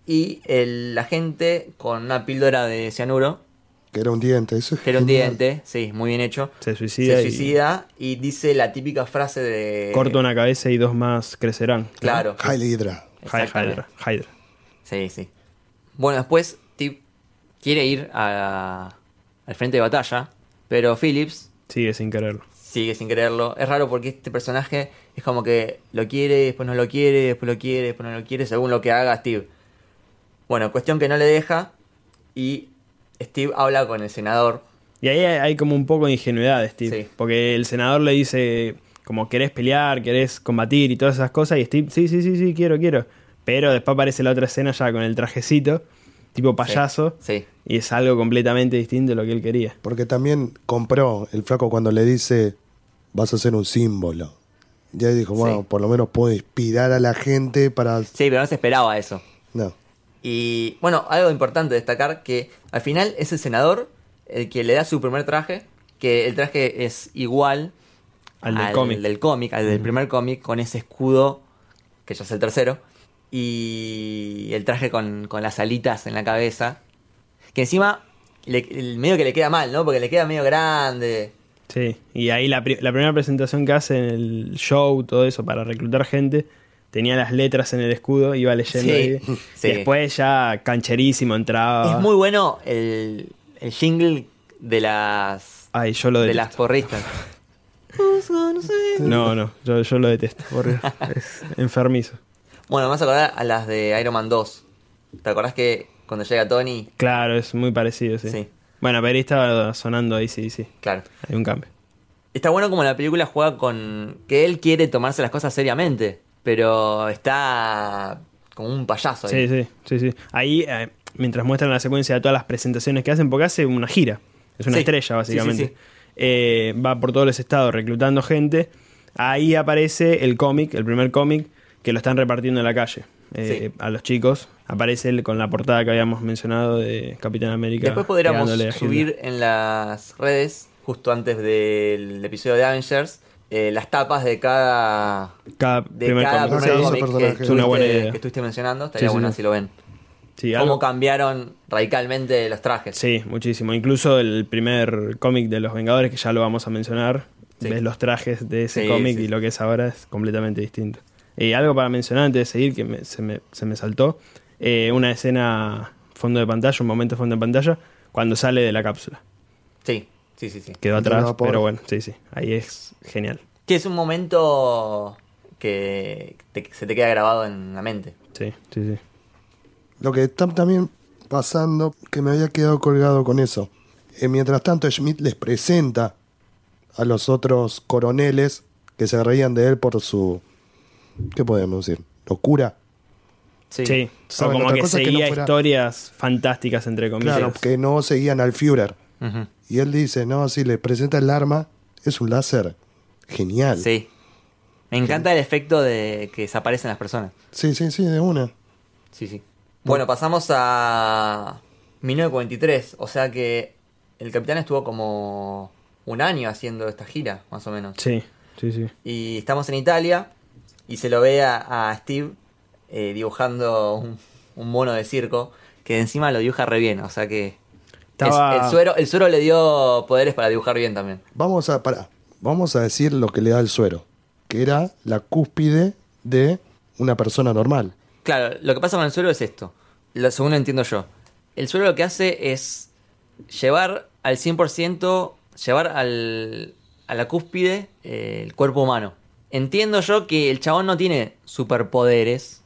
Speaker 3: y el- la gente con una píldora de cianuro
Speaker 5: Que era un diente. Eso es
Speaker 3: Que era un
Speaker 5: genial.
Speaker 3: diente, sí, muy bien hecho.
Speaker 4: Se suicida
Speaker 3: Se
Speaker 4: y-
Speaker 3: suicida y, dice la típica frase de.
Speaker 4: Corto una cabeza y dos más crecerán.
Speaker 3: Eh, Claro.
Speaker 5: Hailey Hydra.
Speaker 4: Hy-
Speaker 3: exactamente.
Speaker 4: Hydra. Hydra.
Speaker 3: Sí, sí. Bueno, después Tip quiere ir a- al frente de batalla, pero Phillips
Speaker 4: Sigue sin quererlo.
Speaker 3: sigue sin quererlo. Es raro porque este personaje es como que lo quiere, después no lo quiere, después lo quiere, después no lo quiere, según lo que haga Steve. Bueno, cuestión que no le deja y Steve habla con el senador.
Speaker 4: Y ahí hay, hay como un poco de ingenuidad, Steve.
Speaker 3: Sí.
Speaker 4: Porque el senador le dice, como querés pelear, querés combatir y todas esas cosas. Y Steve, sí, sí, sí, sí, quiero, quiero. Pero después aparece la otra escena ya con el trajecito, tipo payaso.
Speaker 3: Sí.
Speaker 4: Y es algo completamente distinto de lo que él quería.
Speaker 5: Porque también compró el flaco cuando le dice vas a ser un símbolo. Ya dijo, bueno,
Speaker 3: Sí.
Speaker 5: por lo menos puedo inspirar a la gente para.
Speaker 3: Sí, pero no se esperaba eso.
Speaker 5: No.
Speaker 3: Y bueno, algo importante destacar que al final es el senador el que le da su primer traje, que el traje es igual
Speaker 4: Al del cómic.
Speaker 3: del cómic, al del primer cómic, con ese escudo, que ya es el tercero, y el traje con, con las alitas en la cabeza, que encima le- el medio que le queda mal, ¿no? Porque le queda medio grande.
Speaker 4: Sí, y ahí la, pri- la primera presentación que hace en el show, todo eso, para reclutar gente, tenía las letras en el escudo, iba leyendo
Speaker 3: Sí,
Speaker 4: ahí.
Speaker 3: sí.
Speaker 4: Y después ya cancherísimo entraba.
Speaker 3: Es muy bueno el, el jingle de las,
Speaker 4: Ay, yo lo
Speaker 3: de
Speaker 4: detesto.
Speaker 3: las porristas.
Speaker 4: No, no, yo, yo lo detesto. por Dios. es enfermizo.
Speaker 3: Bueno, me vas a acordar a las de Iron Man 2. ¿Te acordás que cuando llega Tony?
Speaker 4: Claro, es muy parecido, sí.
Speaker 3: Sí.
Speaker 4: Bueno, pero ahí estaba sonando ahí, sí, sí.
Speaker 3: Claro.
Speaker 4: Hay un cambio.
Speaker 3: Está bueno como la película juega con que él quiere tomarse las cosas seriamente, pero está como un payaso ahí.
Speaker 4: Sí, sí, sí, sí. Ahí eh, mientras muestran la secuencia de todas las presentaciones que hacen, porque hace una gira. Es una
Speaker 3: Sí.
Speaker 4: estrella, básicamente.
Speaker 3: Sí, sí, sí.
Speaker 4: Eh, va por todos los estados reclutando gente. Ahí aparece el cómic, el primer cómic, que lo están repartiendo en la calle eh,
Speaker 3: Sí.
Speaker 4: a los chicos. Aparece él con la portada que habíamos mencionado de Capitán América.
Speaker 3: Después podríamos
Speaker 4: pegándole a Hitler.
Speaker 3: subir en las redes, justo antes del episodio de Avengers, eh, las tapas de cada.
Speaker 4: cada
Speaker 3: De
Speaker 4: primer
Speaker 3: cada primer
Speaker 4: cómic.
Speaker 5: Sí,
Speaker 3: cómic
Speaker 5: esos
Speaker 3: que,
Speaker 5: personajes.
Speaker 4: Es una buena
Speaker 3: estuviste-
Speaker 4: idea.
Speaker 3: que estuviste mencionando.
Speaker 4: Sí,
Speaker 3: Estaría
Speaker 4: sí,
Speaker 3: bueno
Speaker 4: sí.
Speaker 3: si lo ven.
Speaker 4: Sí,
Speaker 3: Cómo
Speaker 4: algo-
Speaker 3: cambiaron radicalmente los trajes.
Speaker 4: Sí, muchísimo. Incluso el primer cómic de Los Vengadores, que ya lo vamos a mencionar,
Speaker 3: Sí.
Speaker 4: ves los trajes de ese
Speaker 3: Sí,
Speaker 4: cómic
Speaker 3: sí.
Speaker 4: y lo que es ahora es completamente distinto. Y algo para mencionar antes de seguir, que me- se, me, se me saltó, eh, una escena fondo de pantalla, un momento fondo de pantalla, cuando sale de la cápsula.
Speaker 3: Sí, sí, sí. sí.
Speaker 4: Quedó
Speaker 5: Entra
Speaker 4: atrás,
Speaker 5: a vapor.
Speaker 4: pero bueno, sí, sí, ahí es genial.
Speaker 3: Que es un momento que te- que se te queda grabado en la mente.
Speaker 4: Sí, sí, sí.
Speaker 5: Lo que está también pasando, que me había quedado colgado con eso. Eh, mientras tanto, Schmidt les presenta a los otros coroneles que se reían de él por su, ¿qué podemos decir? Locura.
Speaker 3: Sí.
Speaker 4: Sí, o
Speaker 5: Saben,
Speaker 4: como
Speaker 5: otra
Speaker 4: que
Speaker 5: cosa que no
Speaker 4: seguía
Speaker 5: fuera-
Speaker 4: historias fantásticas, entre comillas.
Speaker 5: Claro, que no seguían al Führer.
Speaker 3: Ujú.
Speaker 5: Y él dice, no, si les presenta el arma, es un láser. Genial.
Speaker 3: Sí. Me encanta el efecto de que desaparecen las personas.
Speaker 5: sí, sí, sí, de una.
Speaker 3: Sí, sí. Bueno, pasamos a 1943, o sea que el capitán estuvo como un año haciendo esta gira, más o menos.
Speaker 4: Sí, sí, sí.
Speaker 3: Y estamos en Italia y se lo ve a, a Steve eh, dibujando un, un mono de circo que encima lo dibuja re bien, o sea que
Speaker 4: Estaba-
Speaker 3: es- el, suero, el suero le dio poderes para dibujar bien también.
Speaker 5: Vamos a, pará, vamos a decir lo que le da el suero, que era la cúspide de una persona normal.
Speaker 3: Claro, lo que pasa con el suelo es esto. Lo, según lo entiendo yo. El suelo lo que hace es llevar al 100%, llevar al, a la cúspide eh, el cuerpo humano. Entiendo yo que el chabón no tiene superpoderes,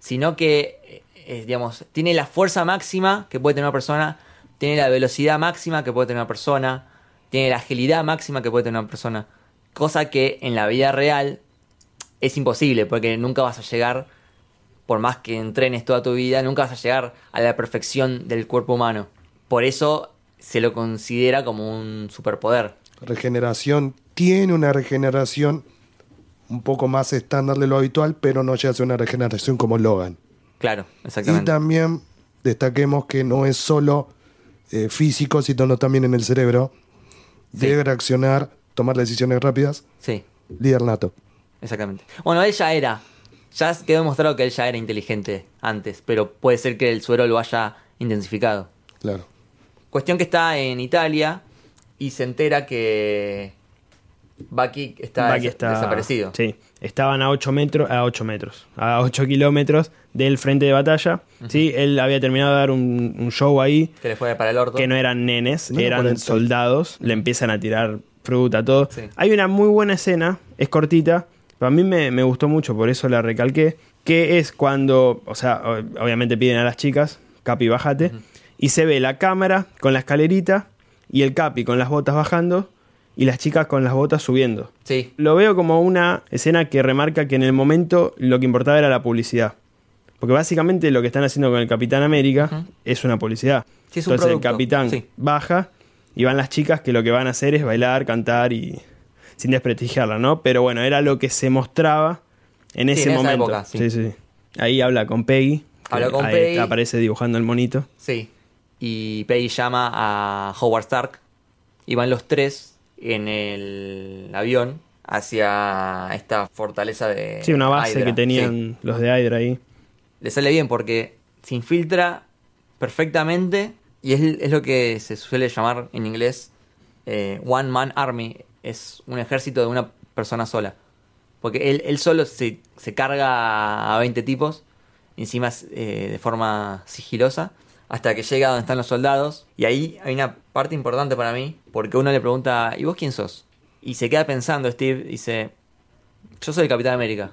Speaker 3: sino que, eh, eh, digamos, tiene la fuerza máxima que puede tener una persona, tiene la velocidad máxima que puede tener una persona, tiene la agilidad máxima que puede tener una persona. Cosa que en la vida real es imposible, porque nunca vas a llegar, por más que entrenes toda tu vida, nunca vas a llegar a la perfección del cuerpo humano. Por eso se lo considera como un superpoder.
Speaker 5: Regeneración, tiene una regeneración un poco más estándar de lo habitual, pero no llega a ser una regeneración como Logan.
Speaker 3: Claro,
Speaker 5: Y
Speaker 3: exactamente.
Speaker 5: también destaquemos que no es solo eh, físico, sino también en el cerebro.
Speaker 3: Sí.
Speaker 5: Debe reaccionar, tomar decisiones rápidas,
Speaker 3: Sí,
Speaker 5: líder nato.
Speaker 3: exactamente. Bueno, él ya era. Ya quedó demostrado que él ya era inteligente antes, pero puede ser que el suero lo haya intensificado.
Speaker 5: Claro.
Speaker 3: Cuestión que está en Italia y se entera que Bucky está,
Speaker 4: Bucky
Speaker 3: des-
Speaker 4: está-
Speaker 3: desaparecido.
Speaker 4: Sí, estaban a 8 metros, a 8 metros, a 8 kilómetros del frente de batalla. Sí, él había terminado de dar un, un show ahí,
Speaker 3: Que le fue para el orto.
Speaker 4: que no eran nenes,
Speaker 5: No era
Speaker 4: eran
Speaker 5: 40.
Speaker 4: soldados, le empiezan a tirar fruta, todo.
Speaker 3: Sí.
Speaker 4: Hay una muy buena escena, es cortita, pero a mí me, me gustó mucho, por eso la recalqué, que es cuando, o sea, o- obviamente piden a las chicas, Capi, bájate, y se ve la cámara con la escalerita y el Capi con las botas bajando y las chicas con las botas subiendo.
Speaker 3: Sí,
Speaker 4: Lo veo como una escena que remarca que en el momento lo que importaba era la publicidad. Porque básicamente lo que están haciendo con el Capitán América es una publicidad.
Speaker 3: Sí, es un
Speaker 4: Entonces el
Speaker 3: producto,
Speaker 4: Capitán
Speaker 3: sí.
Speaker 4: baja y van las chicas que lo que van a hacer es bailar, cantar y sin desprestigiarla, ¿no? Pero bueno, era lo que se mostraba en
Speaker 3: Sí,
Speaker 4: ese
Speaker 3: en esa
Speaker 4: momento.
Speaker 3: época, sí.
Speaker 4: sí, sí. Ahí habla con Peggy. que
Speaker 3: Habla con
Speaker 4: ahí
Speaker 3: Peggy.
Speaker 4: está, Aparece dibujando el monito.
Speaker 3: Sí. Y Peggy llama a Howard Stark. Y van los tres en el avión hacia esta fortaleza de.
Speaker 4: Sí, una base
Speaker 3: Eh, Hydra.
Speaker 4: que
Speaker 3: Sí.
Speaker 4: tenían los de Hydra ahí.
Speaker 3: Le sale bien porque se infiltra perfectamente. Y es, es lo que se suele llamar en inglés eh, One Man Army. Es un ejército de una persona sola. Porque él, él solo se, se carga a 20 tipos, encima eh, de forma sigilosa, hasta que llega donde están los soldados. Y ahí hay una parte importante para mí, porque uno le pregunta, ¿y vos quién sos? Y se queda pensando Steve, dice, yo soy el Capitán América.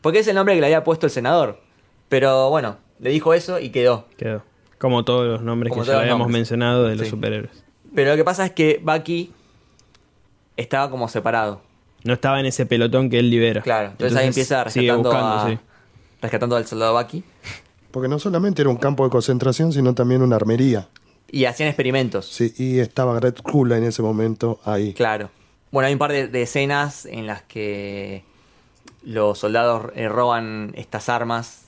Speaker 3: Porque es el nombre que le había puesto el senador. Pero bueno, le dijo eso y quedó.
Speaker 4: Quedó. Como todos los nombres
Speaker 3: Como
Speaker 4: que ya
Speaker 3: todos los
Speaker 4: habíamos
Speaker 3: nombres.
Speaker 4: mencionado de los
Speaker 3: Sí.
Speaker 4: superhéroes.
Speaker 3: Pero lo que pasa es que Bucky estaba como separado.
Speaker 4: No estaba en ese pelotón que él libera.
Speaker 3: Claro, entonces, ahí empieza
Speaker 4: sigue
Speaker 3: rescatando,
Speaker 4: buscando,
Speaker 3: a-
Speaker 4: sí.
Speaker 3: rescatando al soldado Bucky.
Speaker 5: Porque no solamente era un campo de concentración, sino también una armería.
Speaker 3: Y hacían experimentos.
Speaker 5: Sí, y estaba Red Kula en ese momento ahí.
Speaker 3: Claro. Bueno, hay un par de, de escenas en las que los soldados eh, roban estas armas.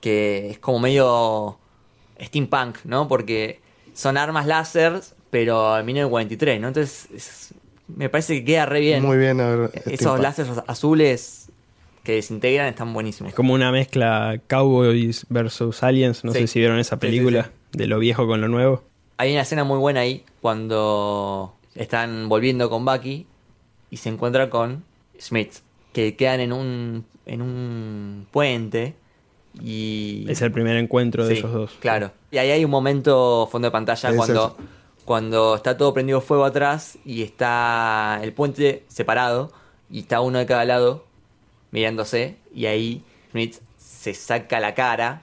Speaker 3: Que es como medio steampunk, ¿no? Porque son armas láser, pero en 1943, ¿no? Entonces, es- me parece que queda re bien.
Speaker 5: Muy bien. este a ver,
Speaker 3: Esos
Speaker 5: Steampunk.
Speaker 3: láseres azules que desintegran están buenísimos.
Speaker 4: Es como una mezcla Cowboys versus Aliens. No
Speaker 3: Sí.
Speaker 4: sé si vieron esa
Speaker 3: Sí, sí,
Speaker 4: película
Speaker 3: sí.
Speaker 4: de lo viejo con lo nuevo.
Speaker 3: Hay una escena muy buena ahí cuando están volviendo con Bucky y se encuentra con Smith, que quedan en un, en un puente y...
Speaker 4: Es el primer encuentro de
Speaker 3: Sí,
Speaker 4: esos dos.
Speaker 3: Claro. Y ahí hay un momento fondo de pantalla
Speaker 5: Es
Speaker 3: cuando,
Speaker 5: eso.
Speaker 3: cuando está todo prendido fuego atrás y está el puente separado y está uno de cada lado mirándose y ahí Smith se saca la cara.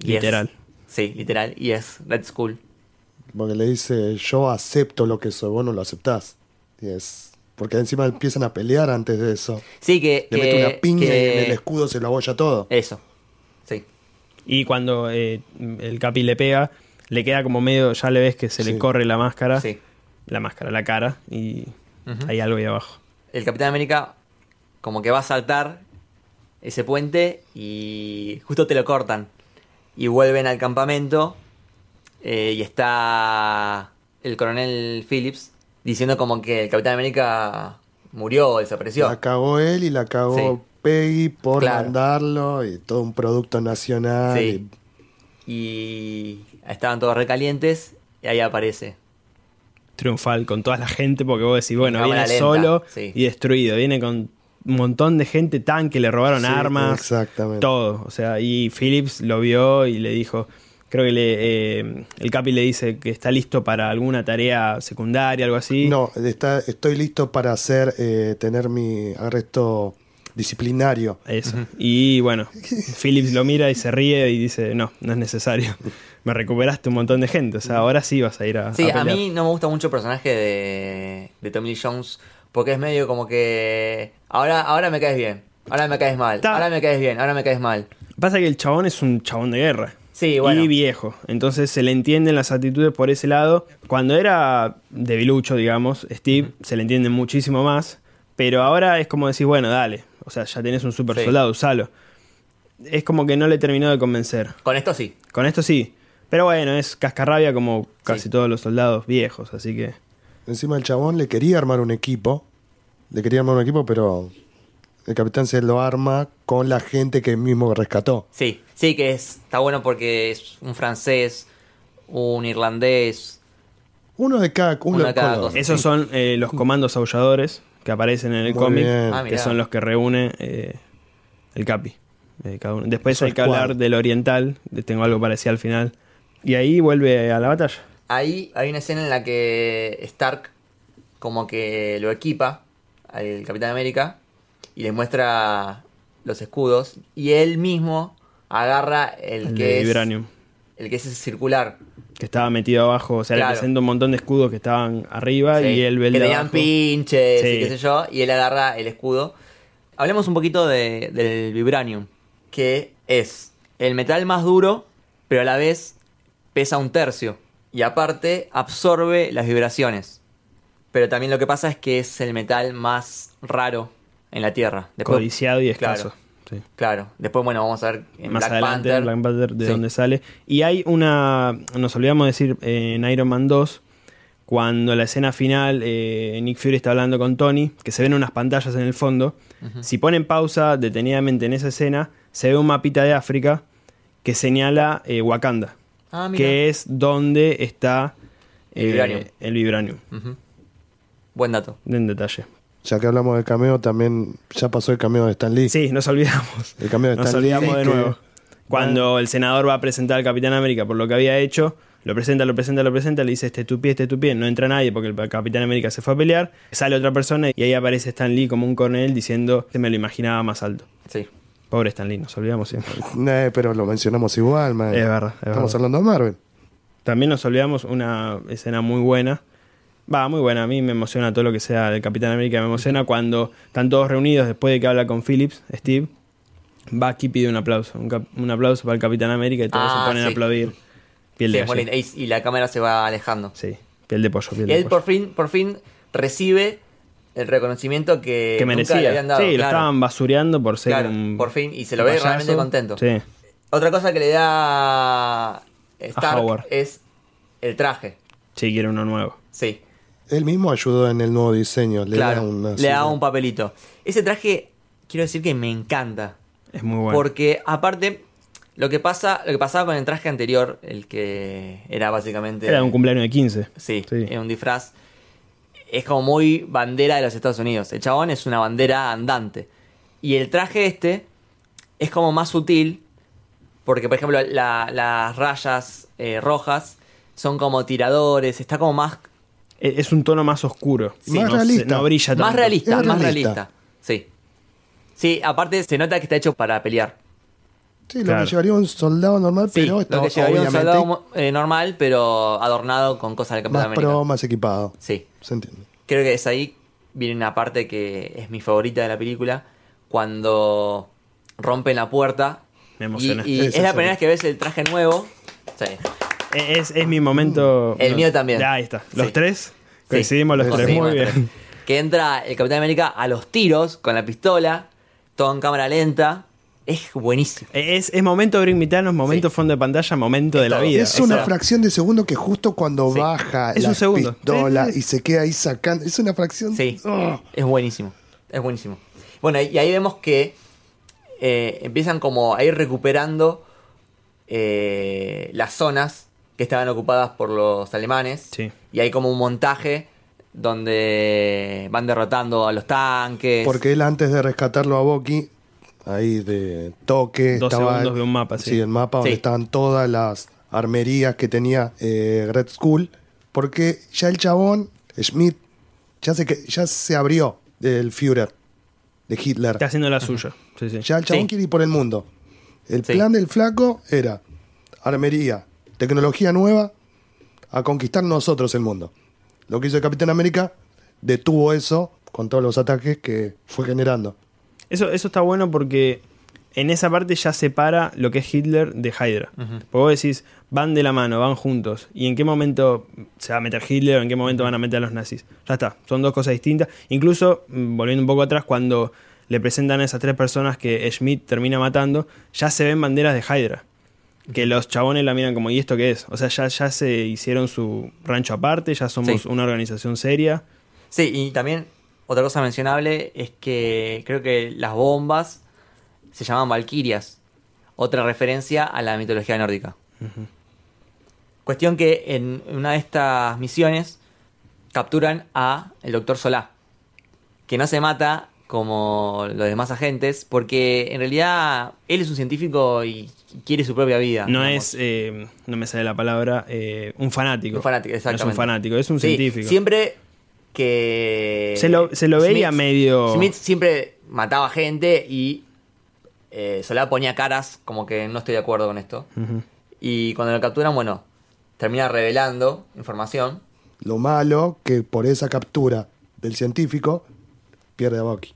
Speaker 3: y es-
Speaker 4: Literal.
Speaker 3: sí, literal. Y es Red School.
Speaker 5: Porque le dice, yo acepto lo que soy, vos no lo aceptás. Y es... Porque encima empiezan a pelear antes de eso.
Speaker 3: Sí, que...
Speaker 5: Le
Speaker 3: que-
Speaker 5: mete una piña
Speaker 3: que- Eh,
Speaker 5: y en el escudo se lo abolla todo.
Speaker 3: Eso. Sí.
Speaker 4: Y cuando eh, el Capi le pega, le queda como medio, ya le ves que se
Speaker 5: Sí.
Speaker 4: le corre la máscara.
Speaker 3: Sí.
Speaker 4: La máscara, la cara. Y hay algo ahí abajo.
Speaker 3: el Capitán América como que va a saltar ese puente y justo te lo cortan. Y vuelven al campamento eh, y está el coronel Phillips diciendo como que el Capitán América murió o desapareció.
Speaker 5: La cagó él y la cagó
Speaker 3: Sí.
Speaker 5: Peggy por
Speaker 3: Claro.
Speaker 5: mandarlo y todo un producto nacional.
Speaker 3: Sí. Y estaban todos recalientes y ahí aparece.
Speaker 4: Triunfal con toda la gente, porque vos decís, bueno,
Speaker 3: cámara
Speaker 4: viene
Speaker 3: lenta,
Speaker 4: solo
Speaker 3: sí.
Speaker 4: y destruido. Viene con un montón de gente tan que le robaron
Speaker 5: Sí,
Speaker 4: armas.
Speaker 5: exactamente.
Speaker 4: Todo. O sea, y Phillips lo vio y le dijo. Creo que le, eh, el Capi le dice que está listo para alguna tarea secundaria, algo así.
Speaker 5: No, está, estoy listo para hacer, eh, tener mi arresto disciplinario.
Speaker 4: Eso. Y bueno, Phillips lo mira y se ríe y dice, no, no es necesario. Me recuperaste un montón de gente. O sea, ahora sí vas a ir a...
Speaker 3: Sí,
Speaker 4: a
Speaker 3: a,
Speaker 4: pelear".
Speaker 3: mí no me gusta mucho el personaje de, de Tommy Lee Jones porque es medio como que ahora, ahora me caes bien, ahora me caes mal,
Speaker 4: Ta-
Speaker 3: ahora me caes bien, ahora me caes mal.
Speaker 4: Pasa que el chabón es un chabón de guerra.
Speaker 3: Sí, bueno.
Speaker 4: Y viejo. Entonces se le entienden las actitudes por ese lado. Cuando era debilucho, digamos, Steve, se le entiende muchísimo más. Pero ahora es como decir, bueno, dale. O sea, ya tenés un super
Speaker 3: Sí.
Speaker 4: soldado, usalo. Es como que no le terminó de convencer.
Speaker 3: Con esto sí.
Speaker 4: Con esto sí. Pero bueno, es cascarrabia como casi
Speaker 3: Sí.
Speaker 4: todos los soldados viejos, así que...
Speaker 5: Encima el chabón le quería armar un equipo. Le quería armar un equipo, pero el capitán se lo arma con la gente que mismo rescató.
Speaker 3: Sí, sí que es, está bueno porque es un francés, un irlandés.
Speaker 5: Uno de cada uno
Speaker 3: Uno de cada
Speaker 5: color.
Speaker 3: cosa.
Speaker 4: Esos son eh, los comandos aulladores que aparecen en el
Speaker 5: Muy
Speaker 4: cómic,
Speaker 5: bien.
Speaker 3: Ah, mirá.
Speaker 4: que son los que reúne eh, el Capi. eh, cada uno. Después
Speaker 5: Eso
Speaker 4: hay
Speaker 5: es
Speaker 4: que hablar
Speaker 5: cuadro.
Speaker 4: del oriental, de- tengo algo parecido al final. Y ahí vuelve a la batalla.
Speaker 3: Ahí hay una escena en la que Stark como que lo equipa al Capitán América y le muestra los escudos y él mismo agarra el,
Speaker 4: El
Speaker 3: que
Speaker 4: de
Speaker 3: es
Speaker 4: Vibranium,
Speaker 3: el que es circular
Speaker 4: que estaba metido abajo, o sea,
Speaker 3: Claro.
Speaker 4: le presenta un montón de escudos que estaban arriba
Speaker 3: Sí,
Speaker 4: y él ve el
Speaker 3: que
Speaker 4: de
Speaker 3: tenían
Speaker 4: abajo.
Speaker 3: pinches y
Speaker 4: Sí.
Speaker 3: qué sé yo, y él agarra el escudo. Hablemos un poquito de- del vibranium, que es el metal más duro, pero a la vez pesa un tercio. Y aparte absorbe las vibraciones. Pero también lo que pasa es que es el metal más raro en la Tierra. Después-
Speaker 4: Codiciado y
Speaker 3: Claro,
Speaker 4: escaso. sí.
Speaker 3: Claro. Después, bueno, vamos a ver en
Speaker 4: Más
Speaker 3: Black
Speaker 4: adelante,
Speaker 3: Panther.
Speaker 4: Black Panther, de
Speaker 3: Sí.
Speaker 4: dónde sale. Y hay una. Nos olvidamos de decir eh, en Iron Man 2, cuando la escena final, eh, Nick Fury está hablando con Tony, que se ven unas pantallas en el fondo. Si ponen pausa detenidamente en esa escena, se ve un mapita de África que señala eh, Wakanda,
Speaker 3: Ah, mira.
Speaker 4: que es donde está eh,
Speaker 3: El vibranium.
Speaker 4: el vibranium.
Speaker 3: Ujú. Buen dato.
Speaker 4: En detalle.
Speaker 5: Ya que hablamos del cameo, también ya pasó el cameo de Stan Lee.
Speaker 4: Sí, nos olvidamos.
Speaker 5: El cambio de
Speaker 4: nos
Speaker 5: Stan Lee
Speaker 4: olvidamos de
Speaker 5: que-
Speaker 4: nuevo. Cuando el senador va a presentar al Capitán América por lo que había hecho, lo presenta, lo presenta, lo presenta, le dice este es tu pie, este es tu pie, no entra nadie porque el Capitán América se fue a pelear, sale otra persona y ahí aparece Stan Lee como un coronel diciendo que me lo imaginaba más alto.
Speaker 3: Sí.
Speaker 4: Pobre Stan Lee, nos olvidamos siempre.
Speaker 5: Eh, pero lo mencionamos igual, man.
Speaker 4: Es verdad, es
Speaker 5: Estamos
Speaker 4: verdad.
Speaker 5: hablando de Marvel.
Speaker 4: También nos olvidamos una escena muy buena. Va, muy buena. A mí me emociona todo lo que sea del Capitán América. Me emociona cuando están todos reunidos después de que habla con Phillips, Steve. Va aquí pide un aplauso. Un, cap- un aplauso para el Capitán América y todos
Speaker 3: Ah,
Speaker 4: se ponen
Speaker 3: sí.
Speaker 4: a aplaudir. Piel
Speaker 3: Sí,
Speaker 4: de
Speaker 3: es muy
Speaker 4: gallina.
Speaker 3: lindo. Y y la cámara se va alejando.
Speaker 4: Sí, piel de pollo, piel
Speaker 3: Y
Speaker 4: de
Speaker 3: él
Speaker 4: pollo.
Speaker 3: por fin, por fin recibe el reconocimiento que,
Speaker 4: que
Speaker 3: nunca
Speaker 4: merecía.
Speaker 3: le habían dado.
Speaker 4: sí, lo
Speaker 3: claro.
Speaker 4: estaban basureando por ser
Speaker 3: Claro,
Speaker 4: un
Speaker 3: por fin, y se lo ve realmente contento.
Speaker 4: Sí,
Speaker 3: Otra cosa que le da Stark
Speaker 4: Howard.
Speaker 3: es el traje.
Speaker 4: sí, quiere uno nuevo.
Speaker 3: Sí,
Speaker 5: Él mismo ayudó en el nuevo diseño. Le
Speaker 3: claro.
Speaker 5: da una
Speaker 3: le da
Speaker 5: sola-
Speaker 3: un papelito. Ese traje, quiero decir que me encanta.
Speaker 4: Es muy bueno.
Speaker 3: Porque aparte, lo que pasa, lo que pasaba con el traje anterior, el que era básicamente.
Speaker 4: Era un cumpleaños de 15.
Speaker 3: Sí, era un disfraz. Es como muy bandera de los Estados Unidos. El chabón es una bandera andante. Y el traje este es como más sutil. Porque, por ejemplo, la- las rayas eh, rojas son como tiradores. Está como más,
Speaker 4: E- Es un tono más oscuro.
Speaker 5: Sí. Más
Speaker 4: no, se-
Speaker 5: realista.
Speaker 4: no brilla tanto.
Speaker 3: más realista.
Speaker 5: Es
Speaker 3: Más
Speaker 5: realista.
Speaker 3: realista. Sí. Sí, aparte se nota que está hecho para pelear.
Speaker 5: Sí, lo
Speaker 4: Claro.
Speaker 5: que llevaría un soldado normal,
Speaker 3: Sí,
Speaker 5: pero
Speaker 3: lo
Speaker 5: está
Speaker 3: que llevaría un
Speaker 5: obviamente
Speaker 3: soldado mo- eh, normal, pero adornado con cosas del Capitán
Speaker 5: más
Speaker 3: América.
Speaker 5: pro, más equipado.
Speaker 3: Sí.
Speaker 5: ¿Se entiende?
Speaker 3: Creo que es ahí viene una parte que es mi favorita de la película. Cuando rompen la puerta. y,
Speaker 4: Me emociona.
Speaker 3: y es
Speaker 5: Esa
Speaker 3: la
Speaker 5: escena.
Speaker 3: primera vez que ves el traje nuevo. Sí.
Speaker 4: E- Es, es mi momento.
Speaker 3: El mío también.
Speaker 4: Ahí está. Los
Speaker 3: Sí.
Speaker 4: tres coincidimos los
Speaker 3: Sí,
Speaker 4: tres.
Speaker 3: coincidimos
Speaker 4: Muy
Speaker 3: los
Speaker 4: bien.
Speaker 3: tres. Que entra el Capitán América a los tiros con la pistola. Todo en cámara lenta. Es buenísimo.
Speaker 4: Es, es momento Bring Me Thanos, momento
Speaker 3: Sí.
Speaker 4: fondo de pantalla, momento de la
Speaker 3: todo.
Speaker 4: vida.
Speaker 5: Es
Speaker 4: O
Speaker 5: una
Speaker 4: sea,
Speaker 5: fracción de segundo que justo cuando
Speaker 3: Sí.
Speaker 5: baja
Speaker 4: Es
Speaker 5: la
Speaker 4: un segundo.
Speaker 5: pistola
Speaker 4: Sí, sí, sí.
Speaker 5: y se queda ahí sacando. Es una fracción.
Speaker 3: Sí,
Speaker 5: ¡Oh!
Speaker 3: es buenísimo. Es buenísimo. Bueno, y ahí vemos que eh, empiezan como a ir recuperando eh, las zonas que estaban ocupadas por los alemanes.
Speaker 4: Sí.
Speaker 3: Y hay como un montaje donde van derrotando a los tanques.
Speaker 5: Porque él antes de rescatarlo a Boki, ahí de toque.
Speaker 4: Dos
Speaker 5: estaba,
Speaker 4: segundos de un mapa, sí.
Speaker 5: Sí, el mapa donde
Speaker 3: Sí.
Speaker 5: estaban todas las armerías que tenía eh, Red Skull. Porque ya el chabón, Schmidt, ya se, que- ya se abrió del Führer, de Hitler.
Speaker 4: Está haciendo la suya. Sí, sí.
Speaker 5: Ya el chabón
Speaker 3: Sí.
Speaker 5: quiere ir por el mundo. El
Speaker 3: Sí.
Speaker 5: plan del flaco era armería, tecnología nueva, a conquistar nosotros el mundo. Lo que hizo el Capitán América detuvo eso con todos los ataques que fue generando.
Speaker 4: Eso, eso está bueno porque en esa parte ya separa lo que es Hitler de Hydra. Porque vos decís, van de la mano, van juntos. ¿Y en qué momento se va a meter Hitler o en qué momento van a meter a los nazis? Ya está, son dos cosas distintas. Incluso, mm, volviendo un poco atrás, cuando le presentan a esas tres personas que Schmidt termina matando, ya se ven banderas de Hydra. Que los chabones la miran como, ¿y esto qué es? O sea, ya, ya se hicieron su rancho aparte, ya somos
Speaker 3: Sí.
Speaker 4: una organización seria.
Speaker 3: Sí, y también otra cosa mencionable es que creo que las bombas se llaman valquirias. Otra referencia a la mitología nórdica. Cuestión que en una de estas misiones capturan a el doctor Solá, que no se mata como los demás agentes, porque en realidad él es un científico y quiere su propia vida.
Speaker 4: No
Speaker 3: digamos.
Speaker 4: es, eh, no me sale la palabra, eh, un fanático.
Speaker 3: Un fanático,
Speaker 4: No
Speaker 3: exactamente.
Speaker 4: es un fanático, es un
Speaker 3: Sí,
Speaker 4: científico.
Speaker 3: Siempre que.
Speaker 4: Se lo- se lo veía medio-
Speaker 3: Smith siempre mataba gente y. Eh, Solá ponía caras como que no estoy de acuerdo con esto. Y cuando lo capturan, bueno, termina revelando información.
Speaker 5: Lo malo que por esa captura del científico pierde a Bucky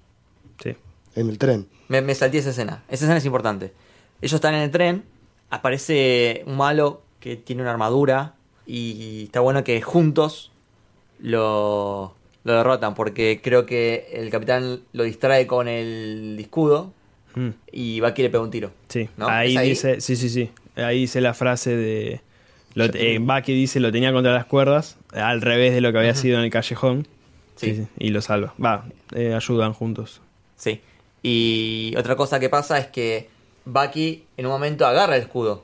Speaker 4: Sí.
Speaker 5: en el tren.
Speaker 3: Me, me salté esa escena. Esa escena es importante. Ellos están en el tren, aparece un malo que tiene una armadura y está bueno que juntos lo, lo derrotan porque creo que el capitán lo distrae con el escudo
Speaker 4: Mm,
Speaker 3: y va le pega un tiro.
Speaker 4: sí.
Speaker 3: ¿No?
Speaker 4: Ahí,
Speaker 3: ¿Es ahí?
Speaker 4: dice, sí, sí, sí. Ahí dice la frase de. Lo, eh, Bucky dice lo tenía contra las cuerdas, al revés de lo que había sido en el callejón.
Speaker 3: Sí.
Speaker 4: y lo salva. Va, eh, ayudan juntos.
Speaker 3: Sí. Y otra cosa que pasa es que Bucky en un momento agarra el escudo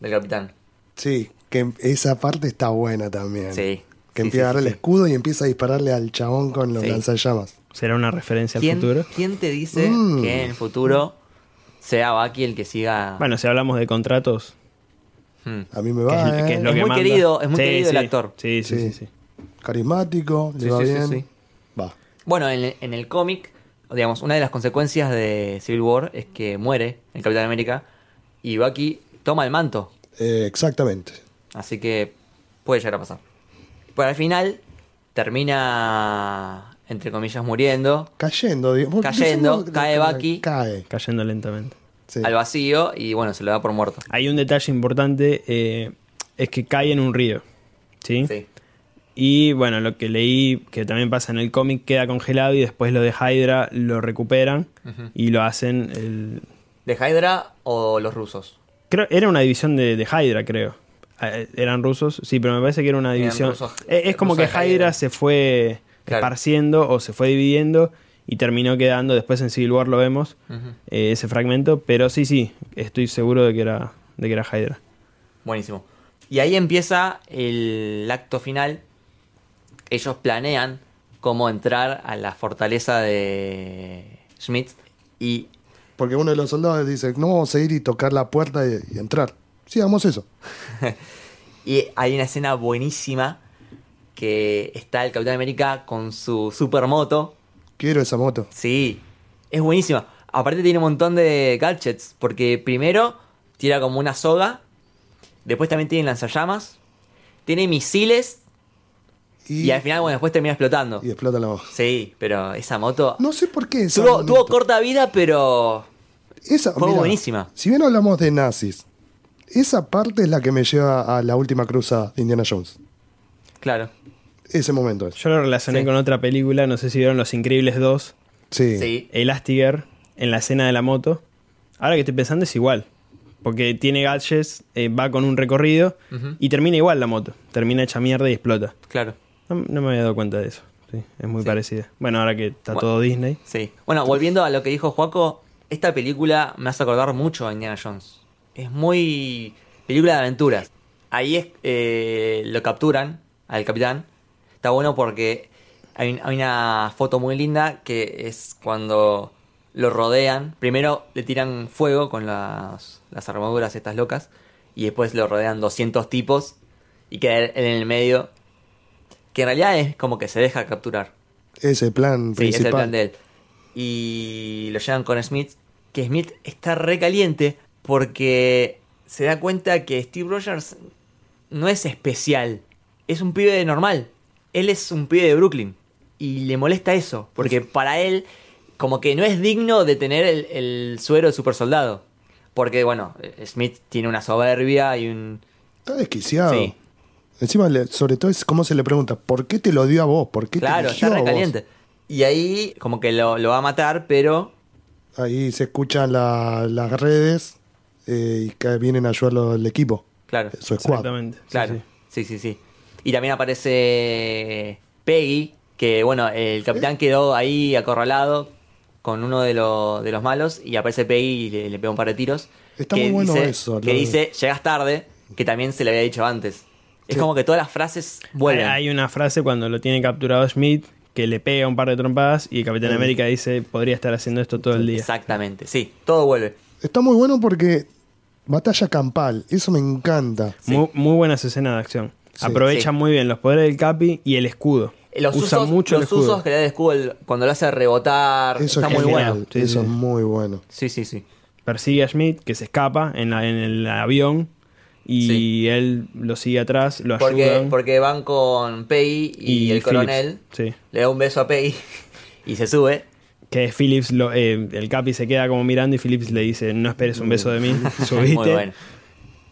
Speaker 3: del capitán.
Speaker 5: Sí, que em, esa parte está buena también.
Speaker 3: Sí.
Speaker 5: Que
Speaker 3: Sí,
Speaker 5: empieza a
Speaker 3: sí,
Speaker 5: agarrar
Speaker 3: sí,
Speaker 5: el
Speaker 3: sí.
Speaker 5: escudo y empieza a dispararle al chabón con los
Speaker 3: Sí.
Speaker 5: lanzallamas.
Speaker 4: ¿Será una referencia al
Speaker 3: ¿Quién,
Speaker 4: futuro?
Speaker 3: quién te dice
Speaker 5: Mm.
Speaker 3: que en el futuro sea Bucky el que siga?
Speaker 4: Bueno, si hablamos de contratos.
Speaker 3: Hmm.
Speaker 5: A mí me
Speaker 4: que
Speaker 5: va,
Speaker 4: es- que es
Speaker 5: ¿eh?
Speaker 4: lo
Speaker 3: Es
Speaker 4: que
Speaker 3: muy
Speaker 4: manda.
Speaker 3: querido, es muy
Speaker 4: Sí,
Speaker 3: querido el
Speaker 4: sí.
Speaker 3: actor.
Speaker 4: Sí, sí, sí.
Speaker 5: Sí.
Speaker 4: sí.
Speaker 5: carismático, le
Speaker 3: Sí,
Speaker 5: va
Speaker 3: sí, sí,
Speaker 5: bien.
Speaker 3: sí.
Speaker 5: Va.
Speaker 3: Bueno, en el, en el cómic, digamos, una de las consecuencias de Civil War es que muere el Capitán América y Bucky toma el manto.
Speaker 5: Eh, exactamente.
Speaker 3: Así que puede llegar a pasar. Pero al final termina, entre comillas, muriendo.
Speaker 5: Cayendo, digamos.
Speaker 3: Cayendo,
Speaker 5: Decimos-
Speaker 3: cae Bucky.
Speaker 5: Cae.
Speaker 4: Cayendo lentamente.
Speaker 5: Sí.
Speaker 3: al vacío y bueno, se lo da por muerto.
Speaker 4: Hay un detalle importante, eh, es que cae en un río, ¿sí?
Speaker 3: Sí.
Speaker 4: Y bueno, lo que leí, que también pasa en el cómic, queda congelado y después lo de Hydra lo recuperan y lo hacen... El...
Speaker 3: ¿De Hydra o los rusos?
Speaker 4: Creo, era una división de, de Hydra, creo. Eh, Eran rusos, sí, pero me parece que era una
Speaker 3: Eran
Speaker 4: división...
Speaker 3: rusos-
Speaker 4: Eh, es como que
Speaker 3: rusos de
Speaker 4: Hydra,
Speaker 3: Hydra.
Speaker 4: se fue
Speaker 3: Claro.
Speaker 4: esparciendo o se fue dividiendo y terminó quedando, después en Civil War lo vemos, eh, ese fragmento, pero sí, sí, estoy seguro de que era, de que era Hydra.
Speaker 3: Buenísimo. Y ahí empieza el acto final. Ellos planean cómo entrar a la fortaleza de Schmidt y
Speaker 5: Porque uno de los soldados dice, no vamos a ir y tocar la puerta y, y entrar. Sí, hagamos eso.
Speaker 3: Y hay una escena buenísima que está el Capitán América con su supermoto.
Speaker 5: Quiero esa moto.
Speaker 3: Sí, es buenísima. Aparte tiene un montón de gadgets, porque primero tira como una soga, después también tiene lanzallamas, tiene misiles y,
Speaker 5: Y,
Speaker 3: al final, bueno, después termina explotando.
Speaker 5: y explota la moto.
Speaker 3: Sí, pero esa moto
Speaker 5: No sé por qué. esa
Speaker 3: tuvo,
Speaker 5: moto-
Speaker 3: tuvo corta vida, pero...
Speaker 5: Esa,
Speaker 3: Fue
Speaker 5: mirá,
Speaker 3: buenísima.
Speaker 5: Si bien hablamos de nazis, esa parte es la que me lleva a la última cruzada de Indiana Jones.
Speaker 3: Claro.
Speaker 5: Ese momento es.
Speaker 4: Yo lo relacioné
Speaker 3: Sí.
Speaker 4: con otra película, no sé si vieron Los Increíbles 2,
Speaker 5: Sí.
Speaker 3: Sí.
Speaker 4: Elastiger, en la escena de la moto. Ahora que estoy pensando es igual, porque tiene gadgets, eh, va con un recorrido y termina igual la moto, termina hecha mierda y explota.
Speaker 3: Claro.
Speaker 4: No, no me había dado cuenta de eso, sí, es muy
Speaker 3: Sí.
Speaker 4: parecida. Bueno, ahora que está
Speaker 3: Bueno.
Speaker 4: todo Disney.
Speaker 3: Sí. Bueno, volviendo a lo que dijo Juaco, esta película me hace acordar mucho a Indiana Jones. Es muy película de aventuras. Ahí es eh, lo capturan al capitán. Está bueno porque hay, un- hay una foto muy linda que es cuando lo rodean. Primero le tiran fuego con las, las armaduras estas locas y después lo rodean 200 tipos y queda él en el medio. Que en realidad es como que se deja capturar.
Speaker 5: Ese plan
Speaker 3: Sí, es el
Speaker 5: principal.
Speaker 3: plan de él. Y lo llevan con Smith, que Smith está recaliente porque se da cuenta que Steve Rogers no es especial, es un pibe normal. Él es un pibe de Brooklyn y le molesta eso, porque para él como que no es digno de tener el, el suero de super soldado. Porque bueno, eh, Smith tiene una soberbia y un...
Speaker 5: Está desquiciado.
Speaker 3: Sí.
Speaker 5: Encima, le- sobre todo, es cómo se le pregunta, ¿por qué te lo dio a vos? ¿Por qué te
Speaker 3: Claro,
Speaker 5: eligió
Speaker 3: está
Speaker 5: a vos?
Speaker 3: recaliente. Y ahí como que lo, lo va a matar, pero
Speaker 5: Ahí se escuchan la- las redes eh, y que vienen a ayudarlo el equipo.
Speaker 3: claro.
Speaker 5: Su squad.
Speaker 4: Exactamente. sí,
Speaker 3: Claro. Sí,
Speaker 4: sí.
Speaker 3: sí, sí, Y también aparece Peggy, que bueno, el capitán quedó ahí acorralado con uno de, lo- de los malos y aparece Peggy y le, le pega un par de tiros.
Speaker 5: Está
Speaker 3: que
Speaker 5: muy bueno
Speaker 3: dice-
Speaker 5: eso, lo
Speaker 3: Que
Speaker 5: de-
Speaker 3: dice, llegas tarde, que también se le había dicho antes. Es
Speaker 5: Sí.
Speaker 3: como que todas las frases vuelven.
Speaker 4: Hay hay una frase cuando lo tiene capturado Schmidt que le pega un par de trompadas y Capitán América dice podría estar haciendo esto todo el día.
Speaker 3: Exactamente, sí, todo vuelve.
Speaker 5: Está muy bueno porque batalla campal, eso me encanta.
Speaker 4: Muy, muy buenas escenas de acción.
Speaker 5: Sí,
Speaker 4: Aprovecha
Speaker 3: sí.
Speaker 4: muy bien los poderes del Capi y el escudo.
Speaker 3: Eh, Los
Speaker 4: Usa
Speaker 3: usos,
Speaker 4: mucho el
Speaker 3: los
Speaker 4: escudo.
Speaker 3: usos que le da el escudo el- cuando lo hace rebotar,
Speaker 5: Eso
Speaker 3: está
Speaker 5: es
Speaker 3: muy
Speaker 5: genial,
Speaker 3: bueno.
Speaker 4: Sí,
Speaker 5: eso
Speaker 4: sí.
Speaker 5: es muy bueno.
Speaker 3: Sí, sí, sí.
Speaker 4: Persigue a Schmidt, que se escapa en, la- en el avión y
Speaker 3: Sí.
Speaker 4: él lo sigue atrás, lo
Speaker 3: Porque,
Speaker 4: ayudan.
Speaker 3: porque van con Peggy y, el
Speaker 4: Phillips,
Speaker 3: coronel.
Speaker 4: Sí.
Speaker 3: le da un beso a Peggy y se sube.
Speaker 4: Que Phillips, lo- eh, el Capi se queda como mirando y Phillips le dice, no esperes un beso de mí, subiste.
Speaker 3: Muy bueno.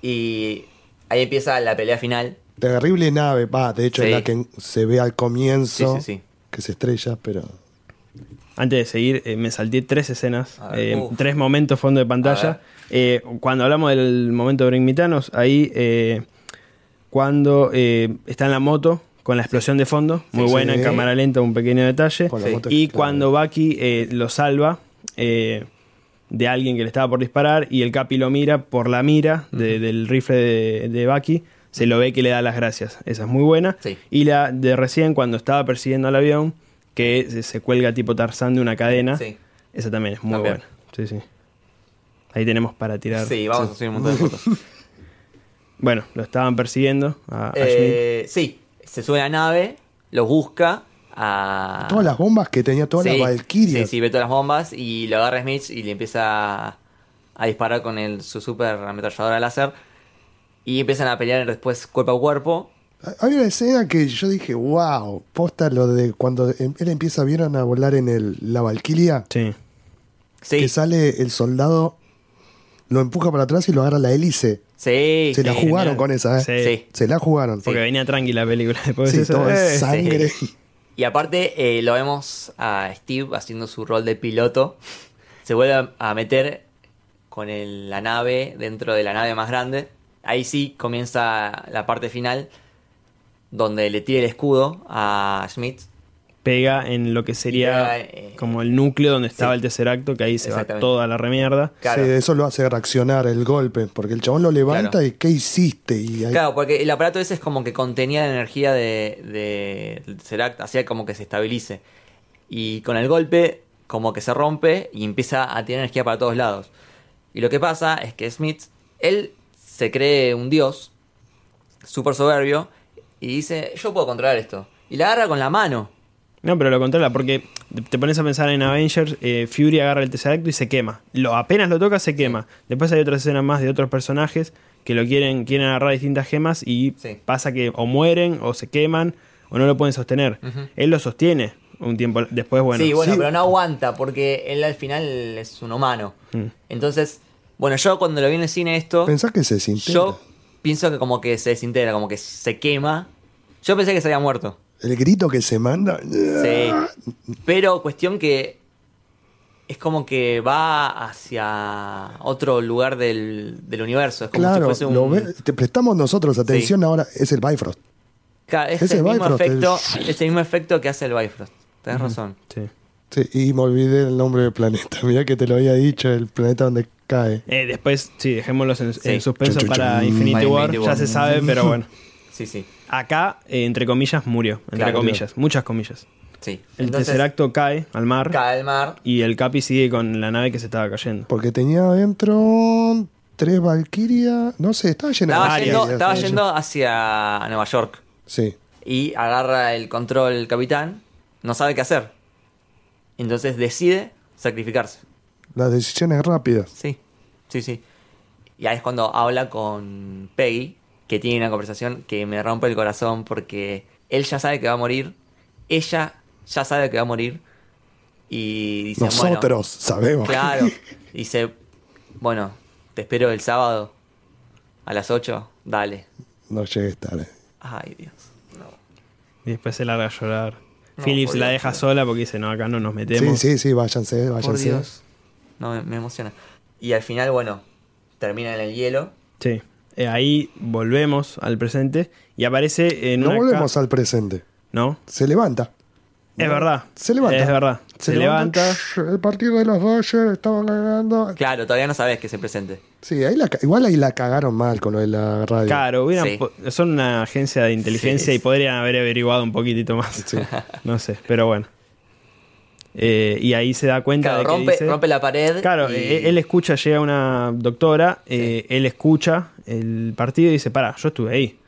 Speaker 3: Y ahí empieza la pelea final.
Speaker 5: Terrible nave, va, de hecho
Speaker 3: Sí.
Speaker 5: es la que se ve al comienzo,
Speaker 3: Sí, sí, sí.
Speaker 5: que se estrella, pero
Speaker 4: Antes de seguir, eh, me salté tres escenas,
Speaker 3: A ver,
Speaker 4: eh,
Speaker 3: uf.
Speaker 4: tres momentos fondo de
Speaker 3: A ver.
Speaker 4: pantalla. Eh, cuando hablamos del momento de Bring Me Thanos, ahí eh, cuando eh, está en la moto con la explosión de fondo, muy
Speaker 5: Sí,
Speaker 4: buena,
Speaker 5: sí.
Speaker 4: en cámara lenta, un pequeño detalle.
Speaker 5: con
Speaker 3: Sí.
Speaker 5: la moto
Speaker 4: Y
Speaker 5: claro.
Speaker 4: cuando Bucky eh, lo salva eh, de alguien que le estaba por disparar y el Capi lo mira por la mira de- del rifle de, de Bucky, se lo ve que le da las gracias. Esa es muy buena.
Speaker 3: Sí.
Speaker 4: Y la de recién cuando estaba persiguiendo al avión, que se, se cuelga tipo Tarzán de una cadena.
Speaker 3: Sí.
Speaker 4: Esa también es muy
Speaker 3: También.
Speaker 4: buena. Sí, sí. Ahí tenemos para tirar.
Speaker 3: Sí, vamos a subir un montón de fotos.
Speaker 4: Bueno, lo estaban persiguiendo
Speaker 5: Ah,
Speaker 4: a, a
Speaker 3: Eh, sí, se sube a la nave, los busca a...
Speaker 5: Todas las bombas que tenía, todas
Speaker 3: Ah. Sí,
Speaker 5: las Valkyrias.
Speaker 3: Sí, sí, ve todas las bombas y lo agarra Smith y le empieza a disparar con el, su super ametralladora láser. Y empiezan a pelear después cuerpo a cuerpo.
Speaker 5: Hay una escena que yo dije, wow, posta lo de cuando em- él empieza, vieron a volar en el, la Valkyria,
Speaker 4: Schmidt. Sí.
Speaker 3: Sí,
Speaker 5: que sale el soldado lo empuja para atrás y lo agarra la hélice.
Speaker 3: Sí.
Speaker 5: Se la
Speaker 3: sí.
Speaker 5: jugaron con esa, ¿eh?
Speaker 4: Sí.
Speaker 3: Sí.
Speaker 5: Se la jugaron.
Speaker 4: Porque venía tranqui la película después
Speaker 5: Sí,
Speaker 4: de eso.
Speaker 5: todo
Speaker 4: eh,
Speaker 5: es sangre.
Speaker 3: Y aparte eh, lo vemos a Steve haciendo su rol de piloto. Se vuelve a- a meter con el- la nave dentro de la nave más grande. Ahí sí comienza la parte final donde le tira el escudo a Schmidt.
Speaker 4: Pega en lo que sería
Speaker 3: Ya, eh,
Speaker 4: como el núcleo donde estaba
Speaker 3: sí.
Speaker 4: el tercer acto, que ahí se va
Speaker 3: Exactamente.
Speaker 4: toda la remierda.
Speaker 3: Claro.
Speaker 5: Sí, eso lo hace reaccionar el golpe, porque el chabón lo levanta
Speaker 3: Claro.
Speaker 5: y ¿qué hiciste? Y ahí-
Speaker 3: Claro, porque el aparato ese es como que contenía la energía de, de del Tesseract, hacía como que se estabilice. Y con el golpe, como que se rompe y empieza a tener energía para todos lados. Y lo que pasa es que Smith, él se cree un dios, súper soberbio, y dice, yo puedo controlar esto. Y la agarra con la mano.
Speaker 4: No, pero lo controla, porque te- te pones a pensar en Avengers, eh, Fury agarra el tercer acto y se quema. Lo, apenas lo toca, se quema. Después hay otras escenas más de otros personajes que lo quieren, quieren agarrar distintas gemas y
Speaker 3: Sí.
Speaker 4: pasa que o mueren, o se queman, o no lo pueden sostener. Él lo sostiene un tiempo después, bueno.
Speaker 3: sí, bueno,
Speaker 5: sí.
Speaker 3: pero no aguanta porque él al final es un humano. Entonces, bueno, yo cuando lo vi en el cine esto...
Speaker 5: Pensás que se sintió.
Speaker 3: Yo pienso que como que se desintegra, como que se quema. Yo pensé que se había muerto.
Speaker 5: El grito que se manda.
Speaker 3: Sí. Pero cuestión que es como que va hacia otro lugar del, del universo. Es como si
Speaker 5: Claro,
Speaker 3: fuese un...
Speaker 5: lo ve- te prestamos nosotros atención ahora, es el Bifrost.
Speaker 3: Claro, es
Speaker 5: Ese
Speaker 3: el mismo
Speaker 5: Bifrost,
Speaker 3: efecto,
Speaker 5: el-
Speaker 3: es el mismo efecto que hace el Bifrost. Tenés razón.
Speaker 4: Sí.
Speaker 5: Sí, y me olvidé el nombre del planeta. Mirá que te lo había dicho, el planeta donde cae.
Speaker 4: Eh, después, sí, dejémoslos en, en
Speaker 5: Chun,
Speaker 4: suspenso
Speaker 5: chun,
Speaker 4: para
Speaker 5: chun.
Speaker 4: Infinity
Speaker 3: Para
Speaker 4: War,
Speaker 3: Infinity
Speaker 4: ya
Speaker 3: War.
Speaker 4: se sabe, pero bueno.
Speaker 3: Sí, sí,
Speaker 4: Acá, eh, entre comillas, murió. Entre
Speaker 3: Claro.
Speaker 4: comillas, muchas comillas.
Speaker 3: sí.
Speaker 4: El
Speaker 3: Entonces,
Speaker 4: tercer acto cae al mar
Speaker 3: cae al mar.
Speaker 4: y el Capi sigue con la nave que se estaba cayendo.
Speaker 5: Porque tenía adentro tres Valkyria. No sé, estaba llena de
Speaker 3: Estaba
Speaker 5: Valkyria,
Speaker 3: yendo, estaba
Speaker 5: llena-
Speaker 3: yendo hacia Nueva York.
Speaker 5: Sí.
Speaker 3: y agarra el control el capitán, no sabe qué hacer. Entonces decide sacrificarse.
Speaker 5: Las decisiones rápidas.
Speaker 3: Sí, sí, sí. Y ahí es cuando habla con Peggy, que tiene una conversación que me rompe el corazón porque él ya sabe que va a morir, ella ya sabe que va a morir y dice,
Speaker 5: Nosotros
Speaker 3: bueno,
Speaker 5: sabemos.
Speaker 3: claro, dice, bueno, te espero el sábado a las 8, dale.
Speaker 5: No llegues tarde.
Speaker 3: Ay, Dios. No.
Speaker 4: Y después se larga a llorar.
Speaker 3: No,
Speaker 4: Phillips
Speaker 3: por
Speaker 4: la
Speaker 3: Dios,
Speaker 4: deja
Speaker 3: no.
Speaker 4: sola porque dice, no, acá no nos
Speaker 5: Sí,
Speaker 4: metemos.
Speaker 5: sí, sí, váyanse,
Speaker 3: Por
Speaker 5: váyanse.
Speaker 3: Dios. No, me, me emociona. Y al final, bueno, termina en el hielo.
Speaker 4: Sí. Eh, ahí volvemos al presente y aparece en
Speaker 5: No
Speaker 4: una ca-
Speaker 5: volvemos al presente.
Speaker 4: ¿No?
Speaker 5: Se levanta.
Speaker 4: Es verdad.
Speaker 5: Se levanta.
Speaker 4: Es verdad. Se, levanta.
Speaker 5: Shh, El partido de los Dodgers estaba ganando.
Speaker 3: Claro, todavía no sabes que se presente.
Speaker 5: Sí, ahí la ca- igual ahí la cagaron mal con lo de la radio.
Speaker 4: Claro, hubieran
Speaker 3: Sí.
Speaker 4: po- son una agencia de inteligencia
Speaker 3: Sí.
Speaker 4: y podrían haber averiguado un poquitito más. No sé, pero bueno. Eh, y ahí se da cuenta
Speaker 3: Claro,
Speaker 4: de que
Speaker 3: rompe,
Speaker 4: dice-
Speaker 3: rompe la pared.
Speaker 4: Claro,
Speaker 3: y-
Speaker 4: eh, él escucha, llega una doctora, eh, él escucha el partido y dice, para, yo estuve ahí.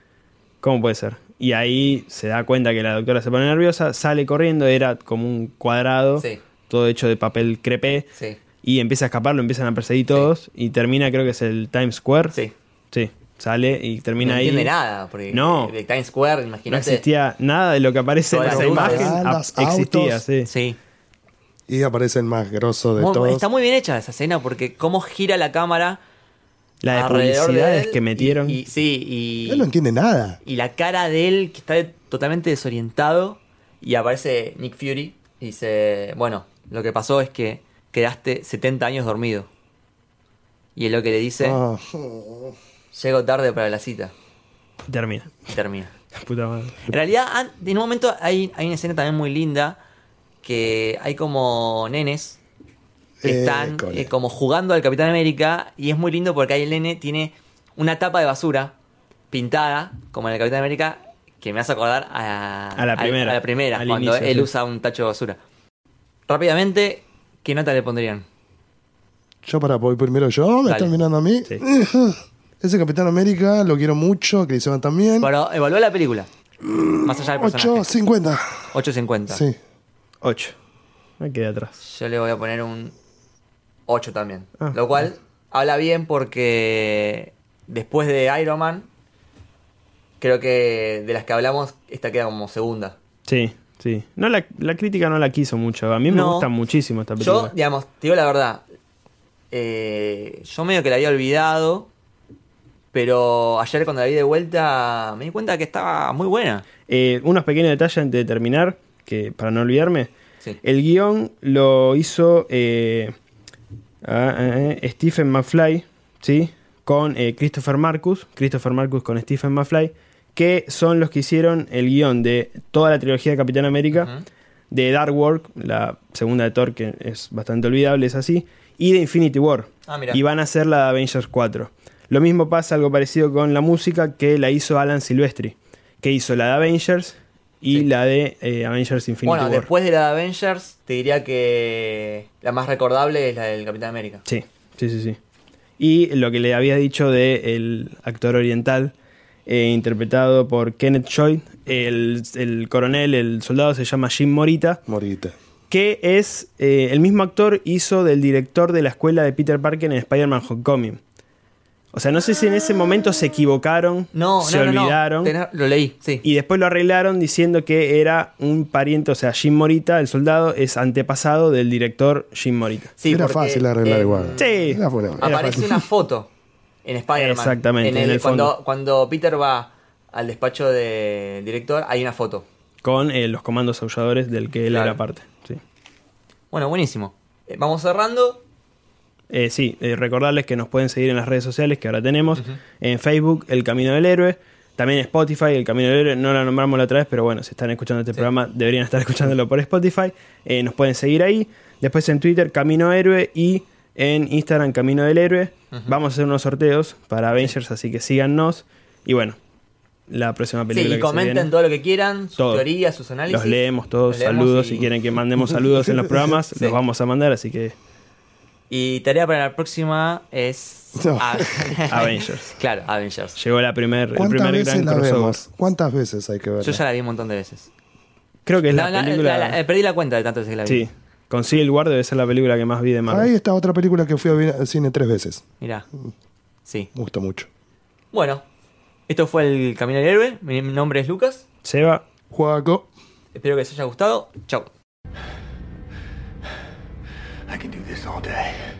Speaker 4: ¿Cómo puede ser? Y ahí se da cuenta que la doctora se pone nerviosa, sale corriendo, era como un cuadrado,
Speaker 3: Sí.
Speaker 4: todo hecho de papel crepé,
Speaker 3: Sí,
Speaker 4: y empieza a escapar, lo empiezan a perseguir todos, y termina, creo que es el Times Square.
Speaker 3: sí.
Speaker 4: Sí, sale y termina
Speaker 3: No
Speaker 4: ahí.
Speaker 3: entiende nada. Porque
Speaker 4: No.
Speaker 3: De Times Square,
Speaker 4: No
Speaker 3: imagínate.
Speaker 4: existía nada de lo que aparece en
Speaker 3: Todas
Speaker 4: esa
Speaker 3: las
Speaker 4: imagen.
Speaker 5: luces.
Speaker 4: ah, Existía,
Speaker 5: Autos.
Speaker 4: sí.
Speaker 3: sí.
Speaker 5: Y aparecen más grosso de
Speaker 3: Muy-
Speaker 5: todos.
Speaker 3: está muy bien hecha esa escena porque cómo gira la cámara.
Speaker 4: La de
Speaker 3: alrededor de
Speaker 4: publicidades
Speaker 3: él
Speaker 4: que
Speaker 3: y-
Speaker 4: metieron.
Speaker 3: Y, sí, y.
Speaker 5: Él no entiende nada.
Speaker 3: y la cara de él que está de- totalmente desorientado y aparece Nick Fury y dice, bueno, lo que pasó es que quedaste 70 años dormido. Y es lo que le dice,
Speaker 5: Ah,
Speaker 3: llego tarde para la cita.
Speaker 4: Y Termina.
Speaker 3: Y termina.
Speaker 4: La puta madre.
Speaker 3: En realidad, an- en un momento hay, hay una escena también muy linda que hay como nenes que
Speaker 5: Eh,
Speaker 3: están
Speaker 5: cole.
Speaker 3: eh, como jugando al Capitán América y es muy lindo porque ahí el nene tiene una tapa de basura pintada como en el Capitán América que me hace acordar a,
Speaker 4: A la primera.
Speaker 3: a la primera
Speaker 4: Al
Speaker 3: cuando
Speaker 4: inicio,
Speaker 3: él
Speaker 4: sí.
Speaker 3: usa un tacho de basura. Rápidamente, ¿qué nota le pondrían?
Speaker 5: yo para voy primero yo, me
Speaker 3: Dale.
Speaker 5: están mirando a mí.
Speaker 4: Sí.
Speaker 5: Ese Capitán América, lo quiero mucho, Chris Evans
Speaker 4: Mm.
Speaker 5: también.
Speaker 3: Bueno, evaluó la película. Más allá del personaje.
Speaker 5: 8.50.
Speaker 3: 8.50.
Speaker 5: Sí.
Speaker 4: 8. Me quedé atrás.
Speaker 3: Yo le voy a poner un 8 también.
Speaker 4: Ah.
Speaker 3: lo cual habla bien porque después de Iron Man, creo que de las que hablamos, esta queda como segunda.
Speaker 4: Sí, sí. No, la, la crítica no la quiso mucho. A mí me
Speaker 3: No.
Speaker 4: gusta muchísimo esta
Speaker 3: Yo,
Speaker 4: película.
Speaker 3: digamos, te digo la verdad. eh, yo medio que la había olvidado, pero ayer cuando la vi de vuelta me di cuenta que estaba muy buena.
Speaker 4: Eh, unos pequeños detalles antes de terminar, que para no olvidarme.
Speaker 3: Sí.
Speaker 4: El guión lo hizo eh, ah, eh, eh, Stephen McFly, ¿sí? Con eh, Christopher Marcus, Christopher Marcus con Stephen McFly, que son los que hicieron el guión de toda la trilogía de Capitán América, de Dark World, la segunda de Thor, que es bastante olvidable, es así, y de Infinity War.
Speaker 3: Ah, mirá.
Speaker 4: y van a hacer la de Avengers 4. Lo mismo pasa, algo parecido con la música que la hizo Alan Silvestri, que hizo la de Avengers y
Speaker 3: Sí.
Speaker 4: la de eh, Avengers Infinity
Speaker 3: bueno,
Speaker 4: War.
Speaker 3: después de la de Avengers, te diría que la más recordable es la del Capitán América.
Speaker 4: Sí, sí, sí, sí. Y lo que le había dicho del actor oriental, eh, interpretado por Kenneth Choi, el, el coronel, el soldado se llama Jim Morita,
Speaker 5: Morita.
Speaker 4: que es eh, el mismo actor hizo del director de la escuela de Peter Parker en Spider-Man Homecoming. O sea, no sé si en ese momento se equivocaron,
Speaker 3: No,
Speaker 4: se
Speaker 3: no, no, no,
Speaker 4: olvidaron.
Speaker 3: tenés- lo leí, sí.
Speaker 4: Y después lo arreglaron diciendo que era un pariente, o sea, Jim Morita, el soldado, es antepasado del director Jim Morita.
Speaker 3: Sí,
Speaker 5: Era
Speaker 3: porque,
Speaker 5: fácil arreglar
Speaker 3: eh,
Speaker 5: igual.
Speaker 4: Sí.
Speaker 5: Era buena.
Speaker 4: Era
Speaker 3: Aparece una foto en Spider-Man.
Speaker 4: Exactamente,
Speaker 3: En el,
Speaker 4: en el
Speaker 3: cuando,
Speaker 4: fondo.
Speaker 3: cuando Peter va al despacho del director, hay una foto.
Speaker 4: Con eh, los comandos aulladores del que él
Speaker 3: Claro.
Speaker 4: era parte. Sí,
Speaker 3: Bueno, buenísimo. Eh, Vamos cerrando.
Speaker 4: Eh, sí, eh, recordarles que nos pueden seguir en las redes sociales que ahora tenemos. En Facebook, El Camino del Héroe. También Spotify, El Camino del Héroe. No la nombramos la otra vez, pero bueno, si están escuchando este programa, deberían estar escuchándolo por Spotify. Eh, nos pueden seguir ahí. Después en Twitter, Camino Héroe. Y en Instagram, Camino del Héroe. Vamos a hacer unos sorteos para Avengers, así que síganos. Y bueno, la próxima
Speaker 3: Sí,
Speaker 4: película. que
Speaker 3: y
Speaker 4: se
Speaker 3: comenten
Speaker 4: viene.
Speaker 3: todo lo que quieran, sus
Speaker 4: Todo.
Speaker 3: teorías, sus análisis.
Speaker 4: Los leemos todos,
Speaker 3: Los leemos
Speaker 4: saludos.
Speaker 3: y-
Speaker 4: Si quieren que mandemos saludos en los programas, los vamos a mandar, así que
Speaker 3: Y tarea para la próxima es.
Speaker 5: No.
Speaker 3: A-
Speaker 4: Avengers.
Speaker 3: claro, Avengers.
Speaker 4: llegó la primer, el
Speaker 5: ¿Cuántas
Speaker 4: primer gran
Speaker 5: veces la
Speaker 4: crossover.
Speaker 5: vemos? ¿Cuántas veces hay que verla?
Speaker 3: Yo ya la vi un montón de veces.
Speaker 4: Creo que es la,
Speaker 3: La- la-
Speaker 4: película.
Speaker 3: la- la- eh, perdí la cuenta de tantas veces que la vi.
Speaker 4: sí, con Civil War debe ser la película que más vi de Marvel.
Speaker 5: Ahí está otra película que fui a ver al cine tres veces.
Speaker 3: Mirá. Sí.
Speaker 5: Me gusta mucho.
Speaker 3: Bueno, esto fue el Camino del Héroe. Mi nombre es Lucas.
Speaker 4: Seba,
Speaker 5: Juaco.
Speaker 3: Espero que les haya gustado. Chao.
Speaker 6: I can do this all day.